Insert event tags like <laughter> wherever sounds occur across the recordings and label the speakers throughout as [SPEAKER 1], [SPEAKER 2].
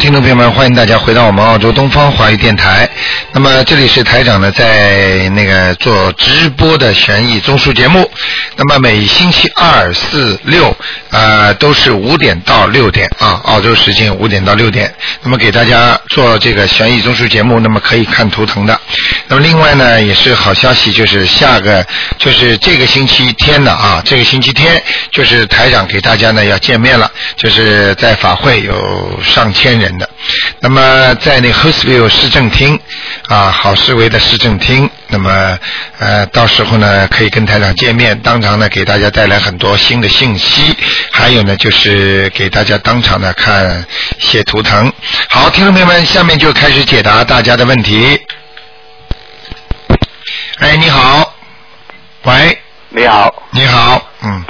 [SPEAKER 1] 听众朋友们，欢迎大家回到我们澳洲东方华语电台。那么这里是台长呢，在那个做直播的悬疑综述节目。那么每星期二、四、六，呃，都是五点到六点啊，澳洲时间五点到六点。那么给大家做这个悬疑综述节目，那么可以看图腾的。那么另外呢，也是好消息，就是下个就是这个星期天呢啊，这个星期天就是台长给大家呢要见面了，就是在法会有上千人的。那么在那 h o s v i l l e 市政厅啊，好思维的市政厅，那么呃到时候呢可以跟台长见面，当场呢给大家带来很多新的信息，还有呢就是给大家当场呢看一些图腾。好，听众朋友们，下面就开始解答大家的问题。哎，你好，喂，
[SPEAKER 2] 你好，
[SPEAKER 1] 你好，嗯，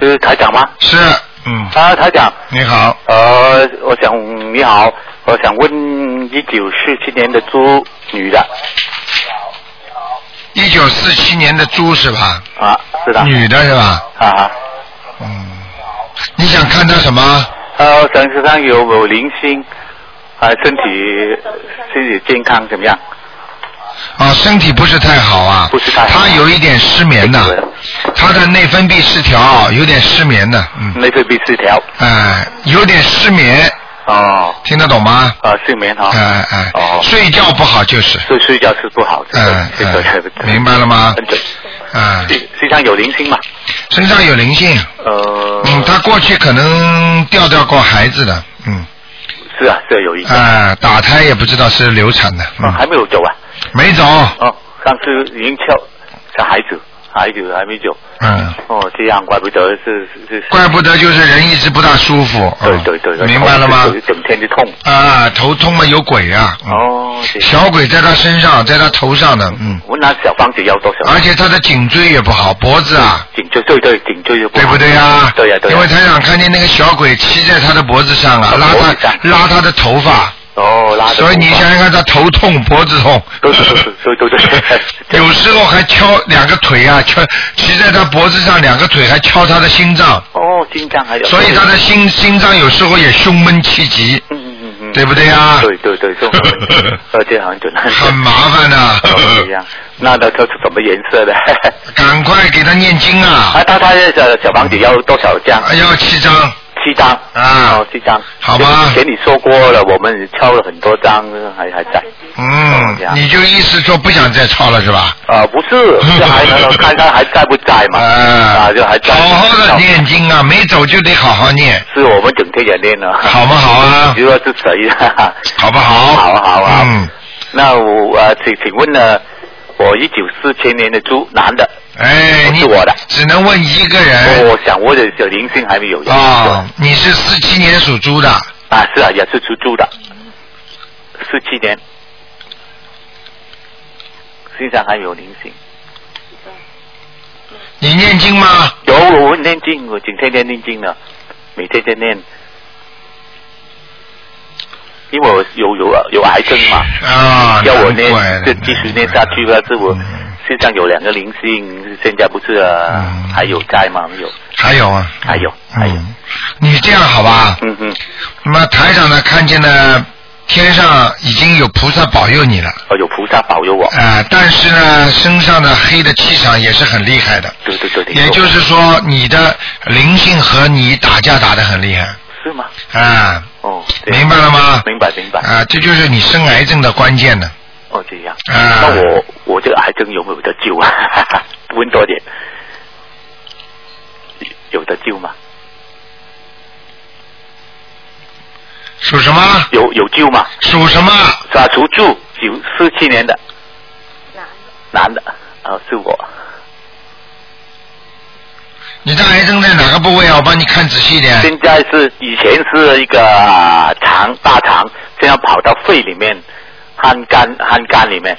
[SPEAKER 2] 是台长吗？
[SPEAKER 1] 是，嗯，
[SPEAKER 2] 啊，台长，
[SPEAKER 1] 你好，
[SPEAKER 2] 呃，我想你好，我想问一九四七年的猪女的
[SPEAKER 1] 一九四七年的猪是吧？
[SPEAKER 2] 啊，是的，
[SPEAKER 1] 女的是吧？
[SPEAKER 2] 啊哈，
[SPEAKER 1] 嗯，你想看她什么？
[SPEAKER 2] 呃，我想身上有没有零星，啊，身体身体健康怎么样？
[SPEAKER 1] 啊，身体不是太好啊，
[SPEAKER 2] 不是太好
[SPEAKER 1] 她有一点失眠的，
[SPEAKER 2] 啊
[SPEAKER 1] 她的内分泌失调，啊有点失眠的，嗯，
[SPEAKER 2] 内分泌失调，
[SPEAKER 1] 哎、有点失眠，
[SPEAKER 2] 哦，
[SPEAKER 1] 听得懂吗？
[SPEAKER 2] 啊，睡眠哈，
[SPEAKER 1] 哎、哎、
[SPEAKER 2] 哦，
[SPEAKER 1] 睡觉不好就是，
[SPEAKER 2] 睡睡觉是不好的，
[SPEAKER 1] 嗯、
[SPEAKER 2] 这
[SPEAKER 1] 嗯、
[SPEAKER 2] 个这个
[SPEAKER 1] 明白了吗？
[SPEAKER 2] 很准，
[SPEAKER 1] 啊、
[SPEAKER 2] 身身上有零星嘛？
[SPEAKER 1] 身上有灵性，
[SPEAKER 2] 呃，
[SPEAKER 1] 嗯，她过去可能掉掉过孩子的，嗯，
[SPEAKER 2] 是啊，是啊有一个，
[SPEAKER 1] 啊、打胎也不知道是流产的，
[SPEAKER 2] 啊还
[SPEAKER 1] 嗯，
[SPEAKER 2] 没有走啊。
[SPEAKER 1] 没走，
[SPEAKER 2] 哦，上次已经敲小孩子，孩子还没走。
[SPEAKER 1] 嗯，
[SPEAKER 2] 哦，这样怪不得是是是。
[SPEAKER 1] 怪不得就是人一直不大舒服，
[SPEAKER 2] 对
[SPEAKER 1] 嗯
[SPEAKER 2] 对对对。
[SPEAKER 1] 明白了吗？
[SPEAKER 2] 就是整天就痛。
[SPEAKER 1] 啊，头痛嘛有鬼啊，嗯
[SPEAKER 2] 哦，这样。
[SPEAKER 1] 小鬼在他身上，在他头上呢，嗯，
[SPEAKER 2] 我拿小方子要多少？
[SPEAKER 1] 而且他的颈椎也不好，脖子啊，
[SPEAKER 2] 颈椎对对，颈椎就不
[SPEAKER 1] 对
[SPEAKER 2] 好
[SPEAKER 1] 不对啊？
[SPEAKER 2] 对呀对呀。
[SPEAKER 1] 因为台长看见那个小鬼骑在他的脖子上啊，
[SPEAKER 2] 啊
[SPEAKER 1] 拉
[SPEAKER 2] 脖子
[SPEAKER 1] 他
[SPEAKER 2] 上
[SPEAKER 1] 拉他的头发，
[SPEAKER 2] 哦拉的。
[SPEAKER 1] 所以你想。想看，他头痛，脖子痛，
[SPEAKER 2] 都是都是都都都是。
[SPEAKER 1] 有时候还敲两个腿啊，敲骑在他脖子上，两个腿还敲他的心脏，
[SPEAKER 2] 哦，心脏还有。
[SPEAKER 1] 所以他的心心脏有时候也胸闷气急，
[SPEAKER 2] 嗯。嗯嗯嗯。
[SPEAKER 1] 对不对啊？
[SPEAKER 2] 对对对，这种很准呃，这很
[SPEAKER 1] <laughs>
[SPEAKER 2] 准。
[SPEAKER 1] 很麻烦啊的、
[SPEAKER 2] 哦这样，那它它是什么颜色的？
[SPEAKER 1] 赶快给他念经啊
[SPEAKER 2] 啊，！他他的小房子要多少张？
[SPEAKER 1] 要七张，
[SPEAKER 2] 七张
[SPEAKER 1] 啊
[SPEAKER 2] 哦，七张，
[SPEAKER 1] 好吧
[SPEAKER 2] 以前你说过了，我们敲了很多张，还还在。
[SPEAKER 1] 嗯
[SPEAKER 2] 这，样
[SPEAKER 1] 你就意思说不想再抄了是吧？
[SPEAKER 2] 啊、不是，就还能够看看还在不在嘛？啊，就还在。
[SPEAKER 1] 哎好好的念经啊，没走就得好好念，
[SPEAKER 2] 是我们整天也练了。
[SPEAKER 1] 好不好啊
[SPEAKER 2] 你？说是谁 <laughs> 啊？
[SPEAKER 1] 好不好？
[SPEAKER 2] 好啊好啊
[SPEAKER 1] 嗯，
[SPEAKER 2] 那我啊，请请问呢，我一九四七年的猪，男的，
[SPEAKER 1] 哎，
[SPEAKER 2] 不
[SPEAKER 1] 你
[SPEAKER 2] 是我的
[SPEAKER 1] 只能问一个人
[SPEAKER 2] 我想我的小灵性还没有。
[SPEAKER 1] 啊、你是四七年属猪的，
[SPEAKER 2] 啊，是啊，也是属猪的，四七年，身上还有灵性。
[SPEAKER 1] 你念经吗？
[SPEAKER 2] 有，我念经，我整天天念经的，每天天念。因为我有有有癌症嘛，
[SPEAKER 1] 啊，
[SPEAKER 2] 要我
[SPEAKER 1] 难
[SPEAKER 2] 念
[SPEAKER 1] 怪了
[SPEAKER 2] 这继续念下去吧，是我
[SPEAKER 1] 嗯
[SPEAKER 2] 身上有两个灵性，现在不是、啊
[SPEAKER 1] 嗯
[SPEAKER 2] 还有在吗？没有，
[SPEAKER 1] 还有啊，
[SPEAKER 2] 还有还有
[SPEAKER 1] 嗯，你这样好吧？
[SPEAKER 2] 嗯嗯，
[SPEAKER 1] 那么台长呢，看见呢，天上已经有菩萨保佑你了。
[SPEAKER 2] 哦，有菩萨保佑我，
[SPEAKER 1] 啊，但是呢，身上的黑的气场也是很厉害的，
[SPEAKER 2] 对对对，听说
[SPEAKER 1] 也就是说，你的灵性和你打架打得很厉害
[SPEAKER 2] 是吗？
[SPEAKER 1] 啊，
[SPEAKER 2] 哦，对
[SPEAKER 1] 明白了吗？
[SPEAKER 2] 明白明白，
[SPEAKER 1] 啊，这就是你生癌症的关键呢。
[SPEAKER 2] 哦这样，
[SPEAKER 1] 啊
[SPEAKER 2] 那我我这个癌症有没有得救啊？ <laughs> 问多点，有得救吗？
[SPEAKER 1] 属什么？
[SPEAKER 2] 有有救吗？
[SPEAKER 1] 属什么？
[SPEAKER 2] 撒除柱，九四七年的男的，啊，是我，
[SPEAKER 1] 你的癌症在哪个部位啊？我帮你看仔细一点。
[SPEAKER 2] 现在是以前是一个啊肠大肠，现在跑到肺里面，汗肝汗肝里面。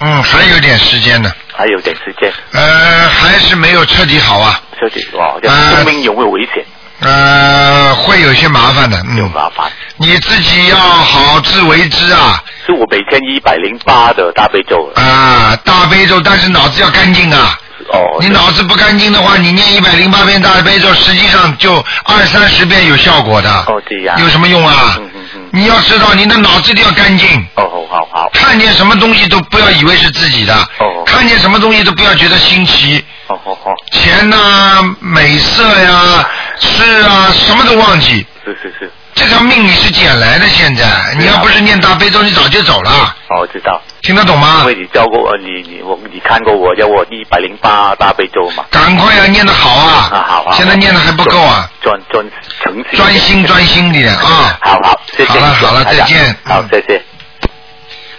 [SPEAKER 1] 嗯，还有点时间呢。
[SPEAKER 2] 还有点时间，
[SPEAKER 1] 呃，还是没有彻底好啊。
[SPEAKER 2] 所以哇，这
[SPEAKER 1] 啊
[SPEAKER 2] 哦生命有没有危险？
[SPEAKER 1] 呃，会有些麻烦的。
[SPEAKER 2] 有
[SPEAKER 1] 嗯，
[SPEAKER 2] 麻烦。
[SPEAKER 1] 你自己要好自为之啊
[SPEAKER 2] 是我每天一百零八的大悲咒，
[SPEAKER 1] 啊！大悲咒，但是脑子要干净啊。
[SPEAKER 2] 哦，
[SPEAKER 1] 你脑子不干净的话，你念一百零八遍大悲咒，实际上就二三十遍有效果的。
[SPEAKER 2] 哦这样
[SPEAKER 1] 有什么用啊？
[SPEAKER 2] 嗯嗯嗯
[SPEAKER 1] 你要知道，你的脑子一定要干净。
[SPEAKER 2] 哦，好好
[SPEAKER 1] 看见什么东西都不要以为是自己的，
[SPEAKER 2] 哦
[SPEAKER 1] 看见什么东西都不要觉得新奇，
[SPEAKER 2] 好，哦哦哦，
[SPEAKER 1] 钱呐、美色呀、吃啊，什么都忘记。
[SPEAKER 2] 是是是，
[SPEAKER 1] 这条命你是捡来的，现在你要不是念大悲咒，你早就走了，
[SPEAKER 2] 哦，知道，
[SPEAKER 1] 听得懂吗
[SPEAKER 2] 因为？你教过我，你你我你看过我，要我一百零八大悲咒嘛，
[SPEAKER 1] 赶快啊，念得好啊！
[SPEAKER 2] 啊好啊，
[SPEAKER 1] 现在念的还不够啊，
[SPEAKER 2] 专专诚心
[SPEAKER 1] 专心专心一点啊！
[SPEAKER 2] 好好，谢谢
[SPEAKER 1] 好了好了
[SPEAKER 2] 台
[SPEAKER 1] 再
[SPEAKER 2] 长
[SPEAKER 1] 见
[SPEAKER 2] 好
[SPEAKER 1] 嗯
[SPEAKER 2] 谢谢。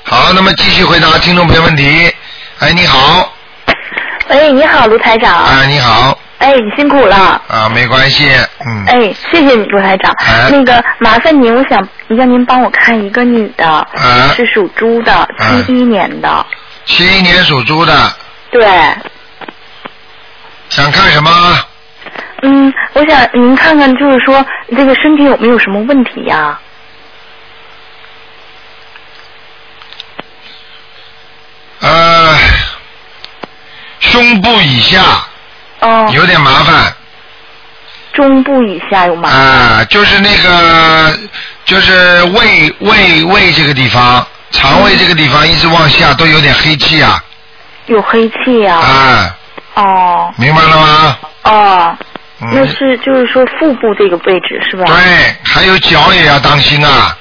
[SPEAKER 1] 好，那么继续回答听众朋友问题。哎，你好，
[SPEAKER 3] 喂，哎你好，卢台长。
[SPEAKER 1] 啊，你好，
[SPEAKER 3] 哎，你辛苦了。
[SPEAKER 1] 啊，没关系，嗯，
[SPEAKER 3] 哎，谢谢你，卢台长。
[SPEAKER 1] 哎
[SPEAKER 3] 那个，麻烦您，我想让您帮我看一个女的，
[SPEAKER 1] 啊
[SPEAKER 3] 是属猪的，
[SPEAKER 1] 嗯
[SPEAKER 3] 七一年的。
[SPEAKER 1] 七一年属猪的，
[SPEAKER 3] 对，
[SPEAKER 1] 想看什么？
[SPEAKER 3] 嗯，我想您看看，就是说这个身体有没有什么问题呀、
[SPEAKER 1] 呃，胸部以下
[SPEAKER 3] 哦，
[SPEAKER 1] 有点麻烦
[SPEAKER 3] 中部以下有吗？
[SPEAKER 1] 啊、就是那个就是胃胃胃这个地方，肠胃这个地方一直往下都有点黑气啊
[SPEAKER 3] 有黑气呀、
[SPEAKER 1] 啊、
[SPEAKER 3] 哦
[SPEAKER 1] 明白了吗？
[SPEAKER 3] 哦，
[SPEAKER 1] 嗯，
[SPEAKER 3] 那是就是说腹部这个位置是吧？
[SPEAKER 1] 对，还有脚也要当心啊。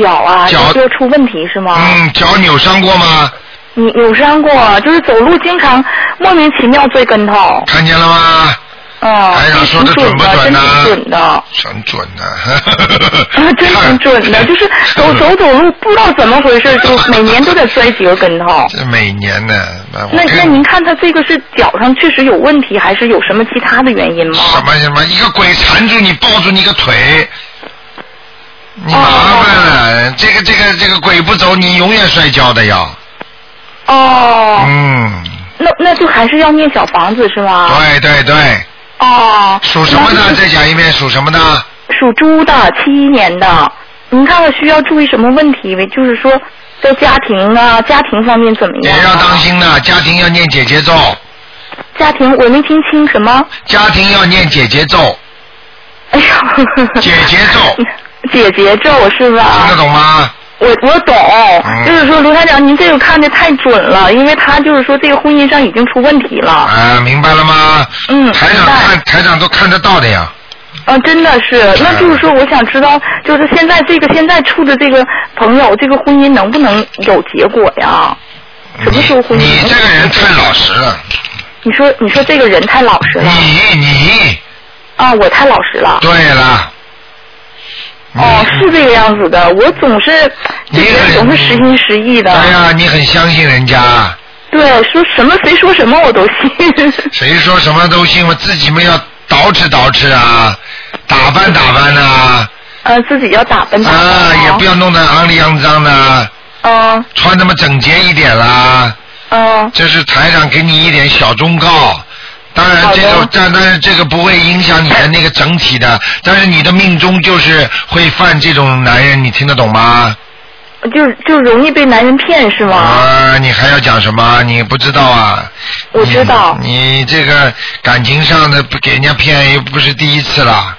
[SPEAKER 3] 脚啊，
[SPEAKER 1] 脚
[SPEAKER 3] 就出问题是吗？
[SPEAKER 1] 嗯，脚扭伤过吗？
[SPEAKER 3] 扭扭伤过，就是走路经常莫名其妙坠跟头。
[SPEAKER 1] 看见了吗？
[SPEAKER 3] 哦，
[SPEAKER 1] 台长哎说的
[SPEAKER 3] 挺
[SPEAKER 1] 准不
[SPEAKER 3] 的，
[SPEAKER 1] 准
[SPEAKER 3] 真
[SPEAKER 1] 呢
[SPEAKER 3] 挺准
[SPEAKER 1] <laughs>
[SPEAKER 3] 的，啊，
[SPEAKER 1] 很准的、啊 <laughs>
[SPEAKER 3] 真挺准的，就是走
[SPEAKER 1] 嗯
[SPEAKER 3] 走走路不知道怎么回事，就每年都得摔几个跟头。
[SPEAKER 1] 这每年呢，我
[SPEAKER 3] 那那
[SPEAKER 1] 看
[SPEAKER 3] 您看他这个是脚上确实有问题，还是有什么其他的原因吗？
[SPEAKER 1] 什么什么，一个鬼缠住你，抱住你个腿，你麻烦
[SPEAKER 3] 哦
[SPEAKER 1] 了。这个这个这个鬼不走，你永远摔跤的要。
[SPEAKER 3] 哦，
[SPEAKER 1] 嗯，
[SPEAKER 3] 那那就还是要念小房子是吗？
[SPEAKER 1] 对对对，
[SPEAKER 3] 哦，
[SPEAKER 1] 属什么
[SPEAKER 3] 啊那
[SPEAKER 1] 的？
[SPEAKER 3] 就是哦
[SPEAKER 1] 再讲一遍，属什么的？
[SPEAKER 3] 属猪的，七一年的，您看看需要注意什么问题没？就是说，在家庭啊，家庭方面怎么样、
[SPEAKER 1] 也
[SPEAKER 3] 啊？
[SPEAKER 1] 要当心的，家庭要念姐姐咒，
[SPEAKER 3] 家庭，我没听清什么？
[SPEAKER 1] 家庭要念姐姐咒，
[SPEAKER 3] 哎呦，
[SPEAKER 1] 姐姐咒，
[SPEAKER 3] <laughs> 姐姐咒是
[SPEAKER 1] 听得
[SPEAKER 3] 吧？
[SPEAKER 1] 懂吗？
[SPEAKER 3] 我我懂，
[SPEAKER 1] 嗯
[SPEAKER 3] 就是说卢台长，您这个看的太准了，因为他就是说这个婚姻上已经出问题了。
[SPEAKER 1] 啊，明白了吗？
[SPEAKER 3] 嗯
[SPEAKER 1] 台
[SPEAKER 3] 明
[SPEAKER 1] 长
[SPEAKER 3] 白
[SPEAKER 1] 看台长都看得到的呀。
[SPEAKER 3] 嗯、真的是，那就是说，我想知道，就是现在这个现在处的这个朋友，这个婚姻能不能有结果呀？什么时候婚姻
[SPEAKER 1] 你你
[SPEAKER 3] 能
[SPEAKER 1] 这个人太老实了，
[SPEAKER 3] 你说，你说这个人太老实了。
[SPEAKER 1] 你你
[SPEAKER 3] 啊，我太老实了。
[SPEAKER 1] 对了。
[SPEAKER 3] 哦，是这个样子的，我总是
[SPEAKER 1] 嗯你
[SPEAKER 3] 这个人
[SPEAKER 1] 很
[SPEAKER 3] 总是实心实意的。
[SPEAKER 1] 对呀、啊你很相信人家，
[SPEAKER 3] 对，说什么谁说什么我都信。 <laughs>
[SPEAKER 1] 谁说什么都信，我自己们要捯饬捯饬啊，打扮打扮呐、
[SPEAKER 3] 呃，自己要打
[SPEAKER 1] 啊，
[SPEAKER 3] 扮打扮哦。
[SPEAKER 1] 也不要弄得肮里肮脏的啊，
[SPEAKER 3] 嗯
[SPEAKER 1] 穿那么整洁一点啦。
[SPEAKER 3] 嗯
[SPEAKER 1] 这是台长给你一点小忠告。当然，这
[SPEAKER 3] 好
[SPEAKER 1] 种
[SPEAKER 3] 的
[SPEAKER 1] 但但是这个不会影响你的那个整体的，但是你的命中就是会犯这种男人，你听得懂吗？
[SPEAKER 3] 就就容易被男人骗是吗？
[SPEAKER 1] 啊，你还要讲什么？你不知道啊？
[SPEAKER 3] 我知道
[SPEAKER 1] 你。你这个感情上的不给人家骗，又不是第一次了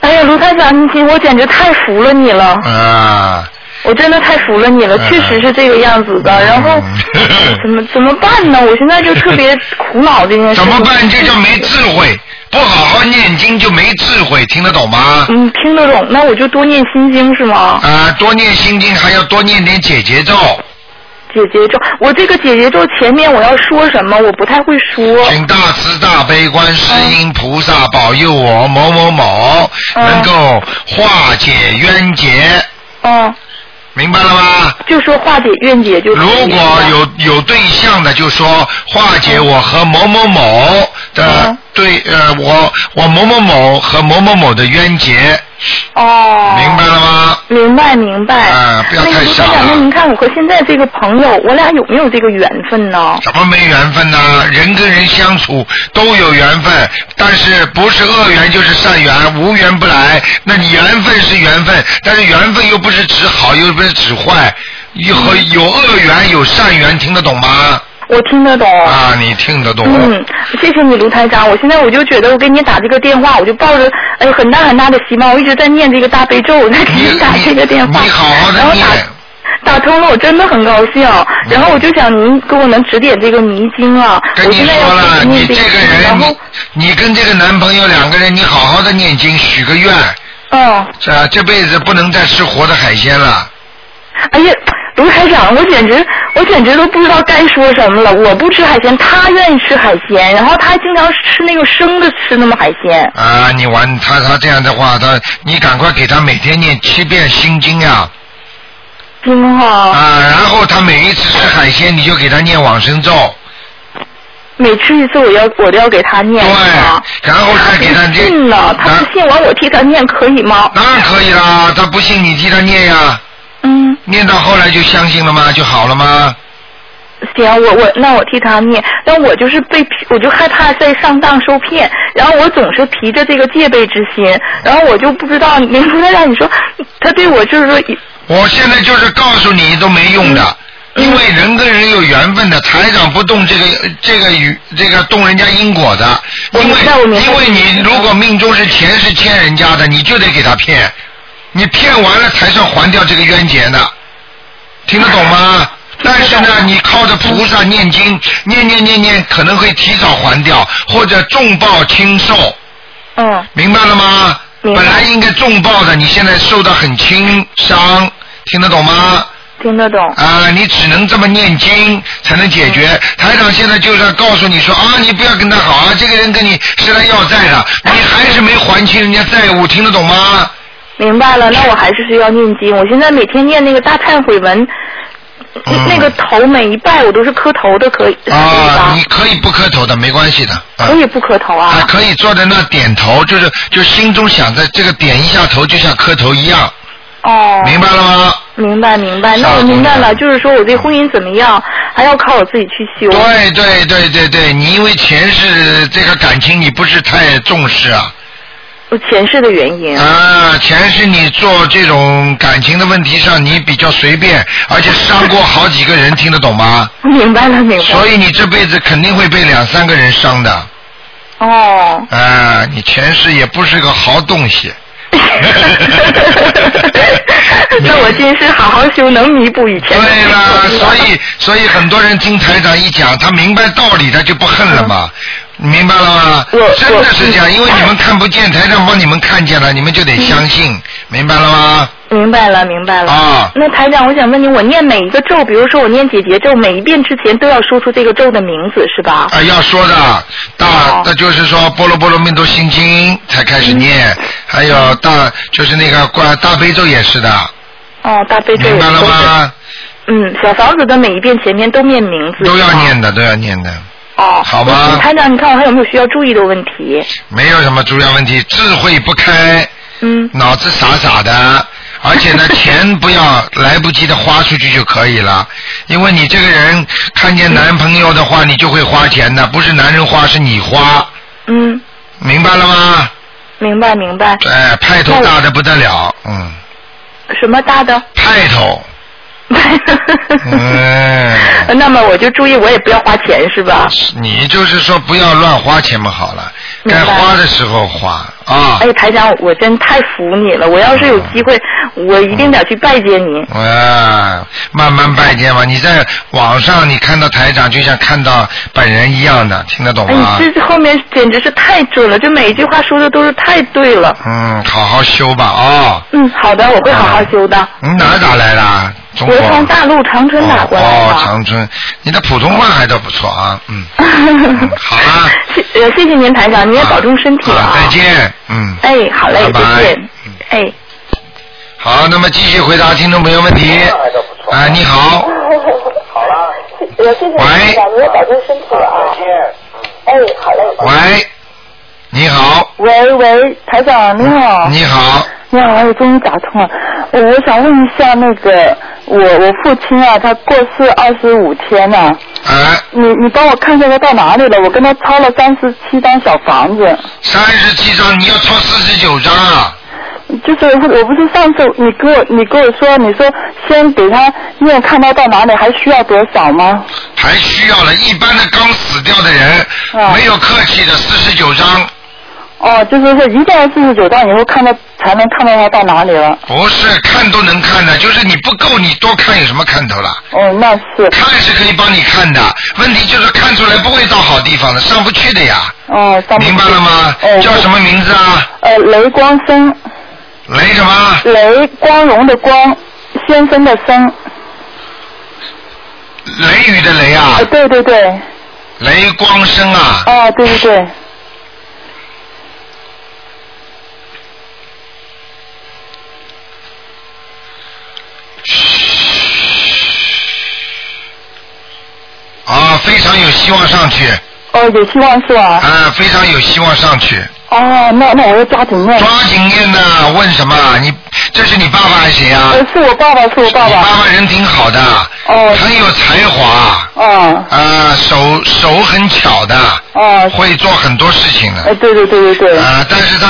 [SPEAKER 3] 哎呀，卢台长，你我简直太服了你了，
[SPEAKER 1] 啊！
[SPEAKER 3] 我真的太服了你了，
[SPEAKER 1] 嗯
[SPEAKER 3] 确实是这个样子的。
[SPEAKER 1] <laughs>
[SPEAKER 3] 然后
[SPEAKER 1] 嗯
[SPEAKER 3] 怎么怎么办呢？我现在就特别苦恼这件事。
[SPEAKER 1] 啊怎么办？这叫没智慧，不好好念经就没智慧，听得懂吗？
[SPEAKER 3] <laughs> 嗯，听得懂，那我就多念心经是吗？
[SPEAKER 1] 啊，多念心经，还要多念点解结咒，
[SPEAKER 3] 哦姐姐咒，我这个姐姐咒前面我要说什么，我不太会说。
[SPEAKER 1] 请大慈大悲观世音菩萨保佑我某某某
[SPEAKER 3] 嗯
[SPEAKER 1] 能够化解冤结，
[SPEAKER 3] 嗯，
[SPEAKER 1] 明白了吗？
[SPEAKER 3] 就说化解怨结就可以
[SPEAKER 1] 如果
[SPEAKER 3] 了
[SPEAKER 1] 有有对象的，就说化解我和某某某的
[SPEAKER 3] 嗯
[SPEAKER 1] 对呃，我我某某某和某某某的冤结，
[SPEAKER 3] 哦，
[SPEAKER 1] 明白了吗？
[SPEAKER 3] 明白明白。
[SPEAKER 1] 啊不要太傻了
[SPEAKER 3] 那个卢台长，那您看我和现在这个朋友，我俩有没有这个缘分呢？
[SPEAKER 1] 怎么没缘分呢、人跟人相处都有缘分，但是不是恶缘就是善缘，无缘不来。那你缘分是缘分，但是缘分又不
[SPEAKER 3] 嗯
[SPEAKER 1] 是指好，又不是指坏，有和有恶缘有善缘，听得懂吗？
[SPEAKER 3] 我听得懂。
[SPEAKER 1] 啊，你听得懂。
[SPEAKER 3] 哦嗯，谢谢你，卢台长。我现在我就觉得，我给你打这个电话，我就抱着哎很大很大的希望，我一直在念这个大悲咒，我在给你打这个电话，
[SPEAKER 1] 你好好
[SPEAKER 3] 然
[SPEAKER 1] 的
[SPEAKER 3] 后
[SPEAKER 1] 念
[SPEAKER 3] 打。打通了，我真的很高兴。然后我就想您给我能指点这个迷津啊，
[SPEAKER 1] 嗯跟
[SPEAKER 3] 我
[SPEAKER 1] 你
[SPEAKER 3] 现在
[SPEAKER 1] 说
[SPEAKER 3] 要开
[SPEAKER 1] 了，
[SPEAKER 3] 始
[SPEAKER 1] 你
[SPEAKER 3] 念
[SPEAKER 1] 这
[SPEAKER 3] 个
[SPEAKER 1] 个
[SPEAKER 3] 经，然
[SPEAKER 1] 人，
[SPEAKER 3] 后
[SPEAKER 1] 你你跟这个男朋友两个人，你好好的念经许个愿，
[SPEAKER 3] 嗯。
[SPEAKER 1] 这、这辈子不能再吃活的海鲜了。
[SPEAKER 3] 哎呀，卢台长，我简直，我简直都不知道该说什么了。我不吃海鲜，他愿意吃海鲜，然后他还经常吃那个生的吃那么海鲜。
[SPEAKER 1] 啊，你玩他他这样的话，他你赶快给他每天念七遍心经呀、
[SPEAKER 3] 金
[SPEAKER 1] 啊，
[SPEAKER 3] 哈，
[SPEAKER 1] 然后他每一次吃海鲜，你就给他念往生咒，
[SPEAKER 3] 每吃一次我要我都要给他念
[SPEAKER 1] 对
[SPEAKER 3] 是吗？，
[SPEAKER 1] 然后再给他
[SPEAKER 3] 他不
[SPEAKER 1] 念，
[SPEAKER 3] 信呢，他
[SPEAKER 1] 啊
[SPEAKER 3] 不信完我替他念可以吗？
[SPEAKER 1] 当然可以啦，他不信你替他念呀，
[SPEAKER 3] 嗯，
[SPEAKER 1] 念到后来就相信了吗？就好了吗？
[SPEAKER 3] 行，我我那我替他念，但我就是被骗我就害怕再上当受骗，然后我总是提着这个戒备之心，然后我就不知道，您说让你说他对我就是说
[SPEAKER 1] 我现在就是告诉你都没用的，
[SPEAKER 3] 嗯
[SPEAKER 1] 因为人跟人有缘分的，台长不动这个这个与这个动人家因果的，
[SPEAKER 3] 我
[SPEAKER 1] 因为
[SPEAKER 3] 明白我明白
[SPEAKER 1] 因为你如果命中是钱是欠人家的，你就得给他骗，你骗完了才算还掉这个冤结呢，听得懂
[SPEAKER 3] 嗯
[SPEAKER 1] 吗？但是呢，你靠着菩萨念经，念念念念，可能会提早还掉，或者重报轻受。
[SPEAKER 3] 嗯。
[SPEAKER 1] 明白了吗？
[SPEAKER 3] 明白
[SPEAKER 1] 本来应该重报的，你现在受到很轻伤，听得懂吗？
[SPEAKER 3] 听得懂，
[SPEAKER 1] 啊、你只能这么念经才能解决。台长现在就是要告诉你说啊，你不要跟他好啊，这个人跟你是来要债的，你还是没还清人家债务，听得懂吗？
[SPEAKER 3] 明白了。那我还是需要念经。我现在每天念那个大忏悔文，
[SPEAKER 1] 嗯
[SPEAKER 3] 那个头每一拜我都是磕头的，可以可以
[SPEAKER 1] 啊，
[SPEAKER 3] 吧
[SPEAKER 1] 你？可以不磕头的，没关系的。啊
[SPEAKER 3] 可以不磕头啊
[SPEAKER 1] 啊，？可以坐在那点头，就是就心中想着这个点一下头，就像磕头一样，
[SPEAKER 3] 哦，
[SPEAKER 1] 啊明白了吗？
[SPEAKER 3] 明白明白。那
[SPEAKER 1] 啥
[SPEAKER 3] 我
[SPEAKER 1] 都
[SPEAKER 3] 明白
[SPEAKER 1] 明白
[SPEAKER 3] 了，就是说我对婚姻怎么样，还要靠我自己去修。
[SPEAKER 1] 对对对对对，你因为前世这个感情你不是太重视啊，
[SPEAKER 3] 我前世的原因。
[SPEAKER 1] 啊，前世你做这种感情的问题上你比较随便，而且伤过好几个人，听得懂吗？
[SPEAKER 3] 明白了明白
[SPEAKER 1] 所
[SPEAKER 3] 了。
[SPEAKER 1] 以你这辈子肯定会被两三个人伤的， <laughs>
[SPEAKER 3] 哦。 <laughs>
[SPEAKER 1] 啊，你前世也不是个好东西。
[SPEAKER 3] 那我今世好好修，能弥补以前的
[SPEAKER 1] 对
[SPEAKER 3] <laughs>
[SPEAKER 1] 啦，
[SPEAKER 3] 错误
[SPEAKER 1] 所以所以很多人听台长一讲，他明白道理，他就不恨了嘛，你明白了吗
[SPEAKER 3] 我？嗯
[SPEAKER 1] 真的是这样，因为你们看不见，台长帮你们看见了，你们就得相信，明白了吗？
[SPEAKER 3] 明白了，明白了。
[SPEAKER 1] 啊
[SPEAKER 3] 那台长，我想问你，我念每一个咒，比如说我念姐姐咒，每一遍之前都要说出这个咒的名字，是吧？
[SPEAKER 1] 啊，要说的大
[SPEAKER 3] 哦，
[SPEAKER 1] 那就是说《波罗波罗蜜多心经》才开始念，
[SPEAKER 3] 嗯
[SPEAKER 1] 还有大就是那个观大悲咒也是的，
[SPEAKER 3] 哦，大悲咒也
[SPEAKER 1] 啊明白了
[SPEAKER 3] 都是。
[SPEAKER 1] 吗？
[SPEAKER 3] 嗯，小房子的每一遍前面都念名字。
[SPEAKER 1] 都要
[SPEAKER 3] 是吗。
[SPEAKER 1] 念的，都要念的，
[SPEAKER 3] 哦。
[SPEAKER 1] 好吧
[SPEAKER 3] 台长，你看我还有没有需要注意的问题？
[SPEAKER 1] 没有什么主要问题，智慧不开。
[SPEAKER 3] 嗯。
[SPEAKER 1] 脑子傻傻的，而且
[SPEAKER 3] <laughs>
[SPEAKER 1] 呢，钱不要来不及的花出去就可以了。因为你这个人看见男朋友的话，你就会花钱的，不是男人花，是你花，
[SPEAKER 3] 嗯，
[SPEAKER 1] 明白了吗？
[SPEAKER 3] 明白明白。
[SPEAKER 1] 哎，派头大的不得了，嗯，
[SPEAKER 3] 什么大的？
[SPEAKER 1] 派头，嗯
[SPEAKER 3] <laughs> 那么我就注意，我也不要花钱，是吧？
[SPEAKER 1] 你就是说不要乱花钱嘛，好了，
[SPEAKER 3] 明
[SPEAKER 1] 该
[SPEAKER 3] 白
[SPEAKER 1] 花的时候花啊
[SPEAKER 3] 哎。呀，台长，我真太服你了！我要是有机会，我一定得去拜见您。
[SPEAKER 1] 啊，慢慢拜见嘛！你在网上你看到台长，就像看到本人一样的，听得懂
[SPEAKER 3] 哎，
[SPEAKER 1] 吗？
[SPEAKER 3] 你这后面简直是太准了，这每一句话说的都是太对了。
[SPEAKER 1] 嗯，好好修吧啊、
[SPEAKER 3] 嗯，好的，我会好好修的。 <laughs>
[SPEAKER 1] 你哪打来的？中
[SPEAKER 3] 我
[SPEAKER 1] 国。
[SPEAKER 3] 是从大陆长春打过来
[SPEAKER 1] 哦
[SPEAKER 3] 的。
[SPEAKER 1] 哦，长春，你的普通话还倒不错啊，嗯。嗯好啊。
[SPEAKER 3] 谢呃，谢谢您台长，您 <laughs> 也保重身体
[SPEAKER 1] 啊再。见，嗯。
[SPEAKER 3] 哎，好嘞，
[SPEAKER 1] 拜拜
[SPEAKER 3] 再见。哎，
[SPEAKER 1] 好，那么继续回答听众朋友问
[SPEAKER 3] 哎
[SPEAKER 1] 题。啊，你好，
[SPEAKER 4] 好了，我谢谢你
[SPEAKER 1] 喂
[SPEAKER 4] 长，你也保重身体啊。哎，好嘞。
[SPEAKER 1] 喂，你好，
[SPEAKER 4] 喂喂，台长你好，
[SPEAKER 1] 嗯你好，
[SPEAKER 4] 你好，我终于打通了。我我想问一下，那个我我父亲啊，他过世二十五天呢、
[SPEAKER 1] 哎，
[SPEAKER 4] 你你帮我看一下他到哪里了？我跟他抄了三十七张小房子，
[SPEAKER 1] 三十七张，你要抄四十九张啊？
[SPEAKER 4] 就
[SPEAKER 3] 就是我不是上次你跟我你跟我说，你说先给他念看他到哪里，还需要多少吗？
[SPEAKER 1] 还需要了一般的刚死掉的人，
[SPEAKER 3] 啊
[SPEAKER 1] 没有客气的四十九章，
[SPEAKER 3] 哦，就是说一定要四十九章以后看到才能看到他到哪里了。
[SPEAKER 1] 不是看都能看的，就是你不够，你多看有什么看头了？
[SPEAKER 3] 哦，那是，
[SPEAKER 1] 看是可以帮你看的，问题就是看出来不会到好地方的，上不去的呀，
[SPEAKER 3] 哦，上不
[SPEAKER 1] 明白了吗
[SPEAKER 3] 哦，？
[SPEAKER 1] 叫什么名字啊？
[SPEAKER 3] 呃，雷光生，
[SPEAKER 1] 雷什么？
[SPEAKER 3] 雷光荣的光，先生的生。
[SPEAKER 1] 雷雨的雷啊
[SPEAKER 3] 呃，，对对对，
[SPEAKER 1] 雷光生啊，
[SPEAKER 3] 哦，对对对，呃
[SPEAKER 1] 啊，非常有希望上去，
[SPEAKER 3] 哦，有希望是吧？
[SPEAKER 1] 啊，非常有希望上去。
[SPEAKER 3] 哦，那那我要抓紧念。
[SPEAKER 1] 抓紧念呐！问什么？啊你这是你爸爸还是谁啊？
[SPEAKER 3] 呃，是我爸爸，是我爸
[SPEAKER 1] 你爸
[SPEAKER 3] 爸。
[SPEAKER 1] 爸人挺好的，
[SPEAKER 3] 哦，
[SPEAKER 1] 很有才华，
[SPEAKER 3] 哦，
[SPEAKER 1] 啊，手手很巧的，
[SPEAKER 3] 哦，
[SPEAKER 1] 会做很多事情
[SPEAKER 3] 呃，
[SPEAKER 1] 的，
[SPEAKER 3] 对对对对对，
[SPEAKER 1] 啊，但是他，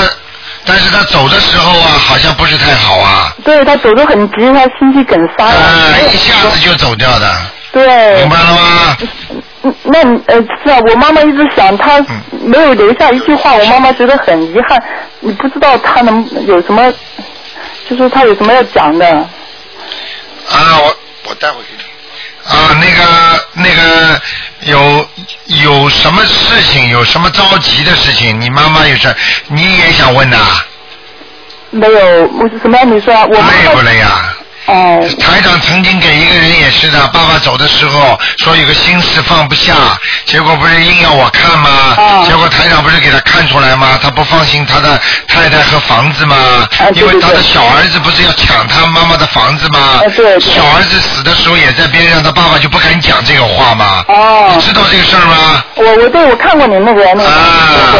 [SPEAKER 1] 但是他走的时候啊，好像不是太好啊，
[SPEAKER 3] 对他走得很急，他心肌梗塞
[SPEAKER 1] 啊，
[SPEAKER 3] 了。
[SPEAKER 1] 一下子就走掉的，
[SPEAKER 3] 对
[SPEAKER 1] 明，白了吗？
[SPEAKER 3] 嗯那你呃是啊，我妈妈一直想他
[SPEAKER 1] 嗯
[SPEAKER 3] 没有留下一句话，我妈妈觉得很遗憾。你不知道他能有什么，就是他有什么要讲的。
[SPEAKER 1] 啊，我我待会给你。啊，那个那个有有什么事情，有什么着急的事情，你妈妈有事，你也想问呐、
[SPEAKER 3] 没有，我是什么？你说啊我妈
[SPEAKER 1] 累不
[SPEAKER 3] 妈
[SPEAKER 1] 累呀、
[SPEAKER 3] 哦
[SPEAKER 1] 台长曾经给一个人也是的，爸爸走的时候说有个心事放不下，结果不是硬要我看吗？
[SPEAKER 3] 哦
[SPEAKER 1] 结果台长不是给他看出来吗？他不放心他的太太和房子吗？
[SPEAKER 3] 啊对对
[SPEAKER 1] 因为他的
[SPEAKER 3] 对
[SPEAKER 1] 小儿子不是要抢他妈妈的房子吗？
[SPEAKER 3] 哎对对
[SPEAKER 1] 小儿子死的时候也在边上，他爸爸就不敢讲这个话吗？
[SPEAKER 3] 哦
[SPEAKER 1] 你，知道这个事儿吗？
[SPEAKER 3] 我我对我看过你那个那个对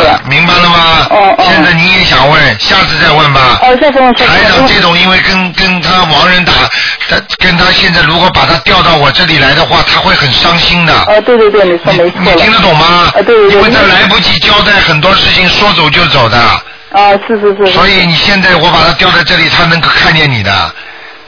[SPEAKER 1] 啊
[SPEAKER 3] 了，，
[SPEAKER 1] 明白了吗？
[SPEAKER 3] 哦哦
[SPEAKER 1] 现在你也想问，下次再问吧。
[SPEAKER 3] 哦，下次我下
[SPEAKER 1] 台长
[SPEAKER 3] 次
[SPEAKER 1] 这种，因为跟跟他亡人打，他跟他现在如果把他调到我这里来的话，他会很伤心的。
[SPEAKER 3] 哦，对对对，你说
[SPEAKER 1] 你
[SPEAKER 3] 没
[SPEAKER 1] 你
[SPEAKER 3] 错
[SPEAKER 1] 听得
[SPEAKER 3] 了。
[SPEAKER 1] 懂吗？
[SPEAKER 3] 呃对对对
[SPEAKER 1] 因为他来不及交代很多事情，说走就走的，
[SPEAKER 3] 啊，是是是。
[SPEAKER 1] 所以你现在我把他调在这里，他能够看见你的，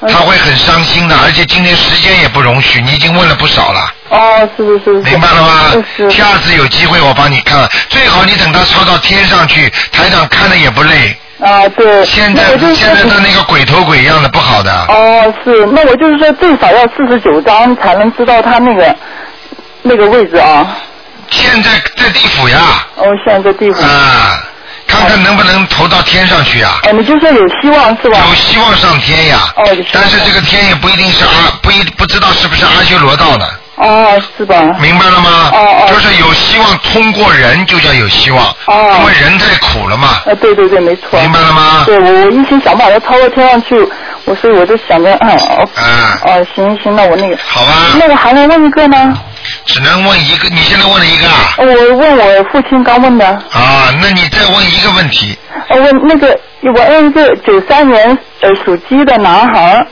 [SPEAKER 3] 嗯
[SPEAKER 1] 他会很伤心的，而且今天时间也不容许，你已经问了不少了，
[SPEAKER 3] 哦，是是是。是嗯
[SPEAKER 1] 明白了吗？
[SPEAKER 3] 是是。
[SPEAKER 1] 下次有机会我帮你看，最好你等他抄到天上去，台长看了也不累。
[SPEAKER 3] 啊，对。
[SPEAKER 1] 现
[SPEAKER 3] 那
[SPEAKER 1] 在
[SPEAKER 3] 我就是
[SPEAKER 1] 现在
[SPEAKER 3] 说
[SPEAKER 1] 他那个鬼头鬼样的不好的。
[SPEAKER 3] 哦，是，那我就是说最少要四十九章才能知道他那个那个位置啊。
[SPEAKER 1] 现在在地府呀，
[SPEAKER 3] 哦，现在在第五。
[SPEAKER 1] 啊，看看能不能投到天上去呀，
[SPEAKER 3] 哦，你就说有希望是吧？
[SPEAKER 1] 有希望上天呀
[SPEAKER 3] 哦有希望。
[SPEAKER 1] 但是这个天也不一定是阿，不一不知道是不是阿修罗道的，
[SPEAKER 3] 哦，是吧？
[SPEAKER 1] 明白了吗
[SPEAKER 3] 哦？哦
[SPEAKER 1] 就是有希望，通过人就叫有希望，
[SPEAKER 3] 哦
[SPEAKER 1] 因为人太苦了嘛，
[SPEAKER 3] 呃，对对对，没错。
[SPEAKER 1] 明白了吗？
[SPEAKER 3] 对，我我一心想把它抛到天上去，我所以我就想着，嗯，哦，
[SPEAKER 1] 啊，
[SPEAKER 3] 哦，行行，那我那个，
[SPEAKER 1] 好吧
[SPEAKER 3] 那，我还能问一个呢？
[SPEAKER 1] 只能问一个，你现在问了一个啊，
[SPEAKER 3] 我问我父亲刚问的，
[SPEAKER 1] 啊，那你再问一个问题，
[SPEAKER 3] 呃，我那个我问一个九三年呃属鸡的男孩，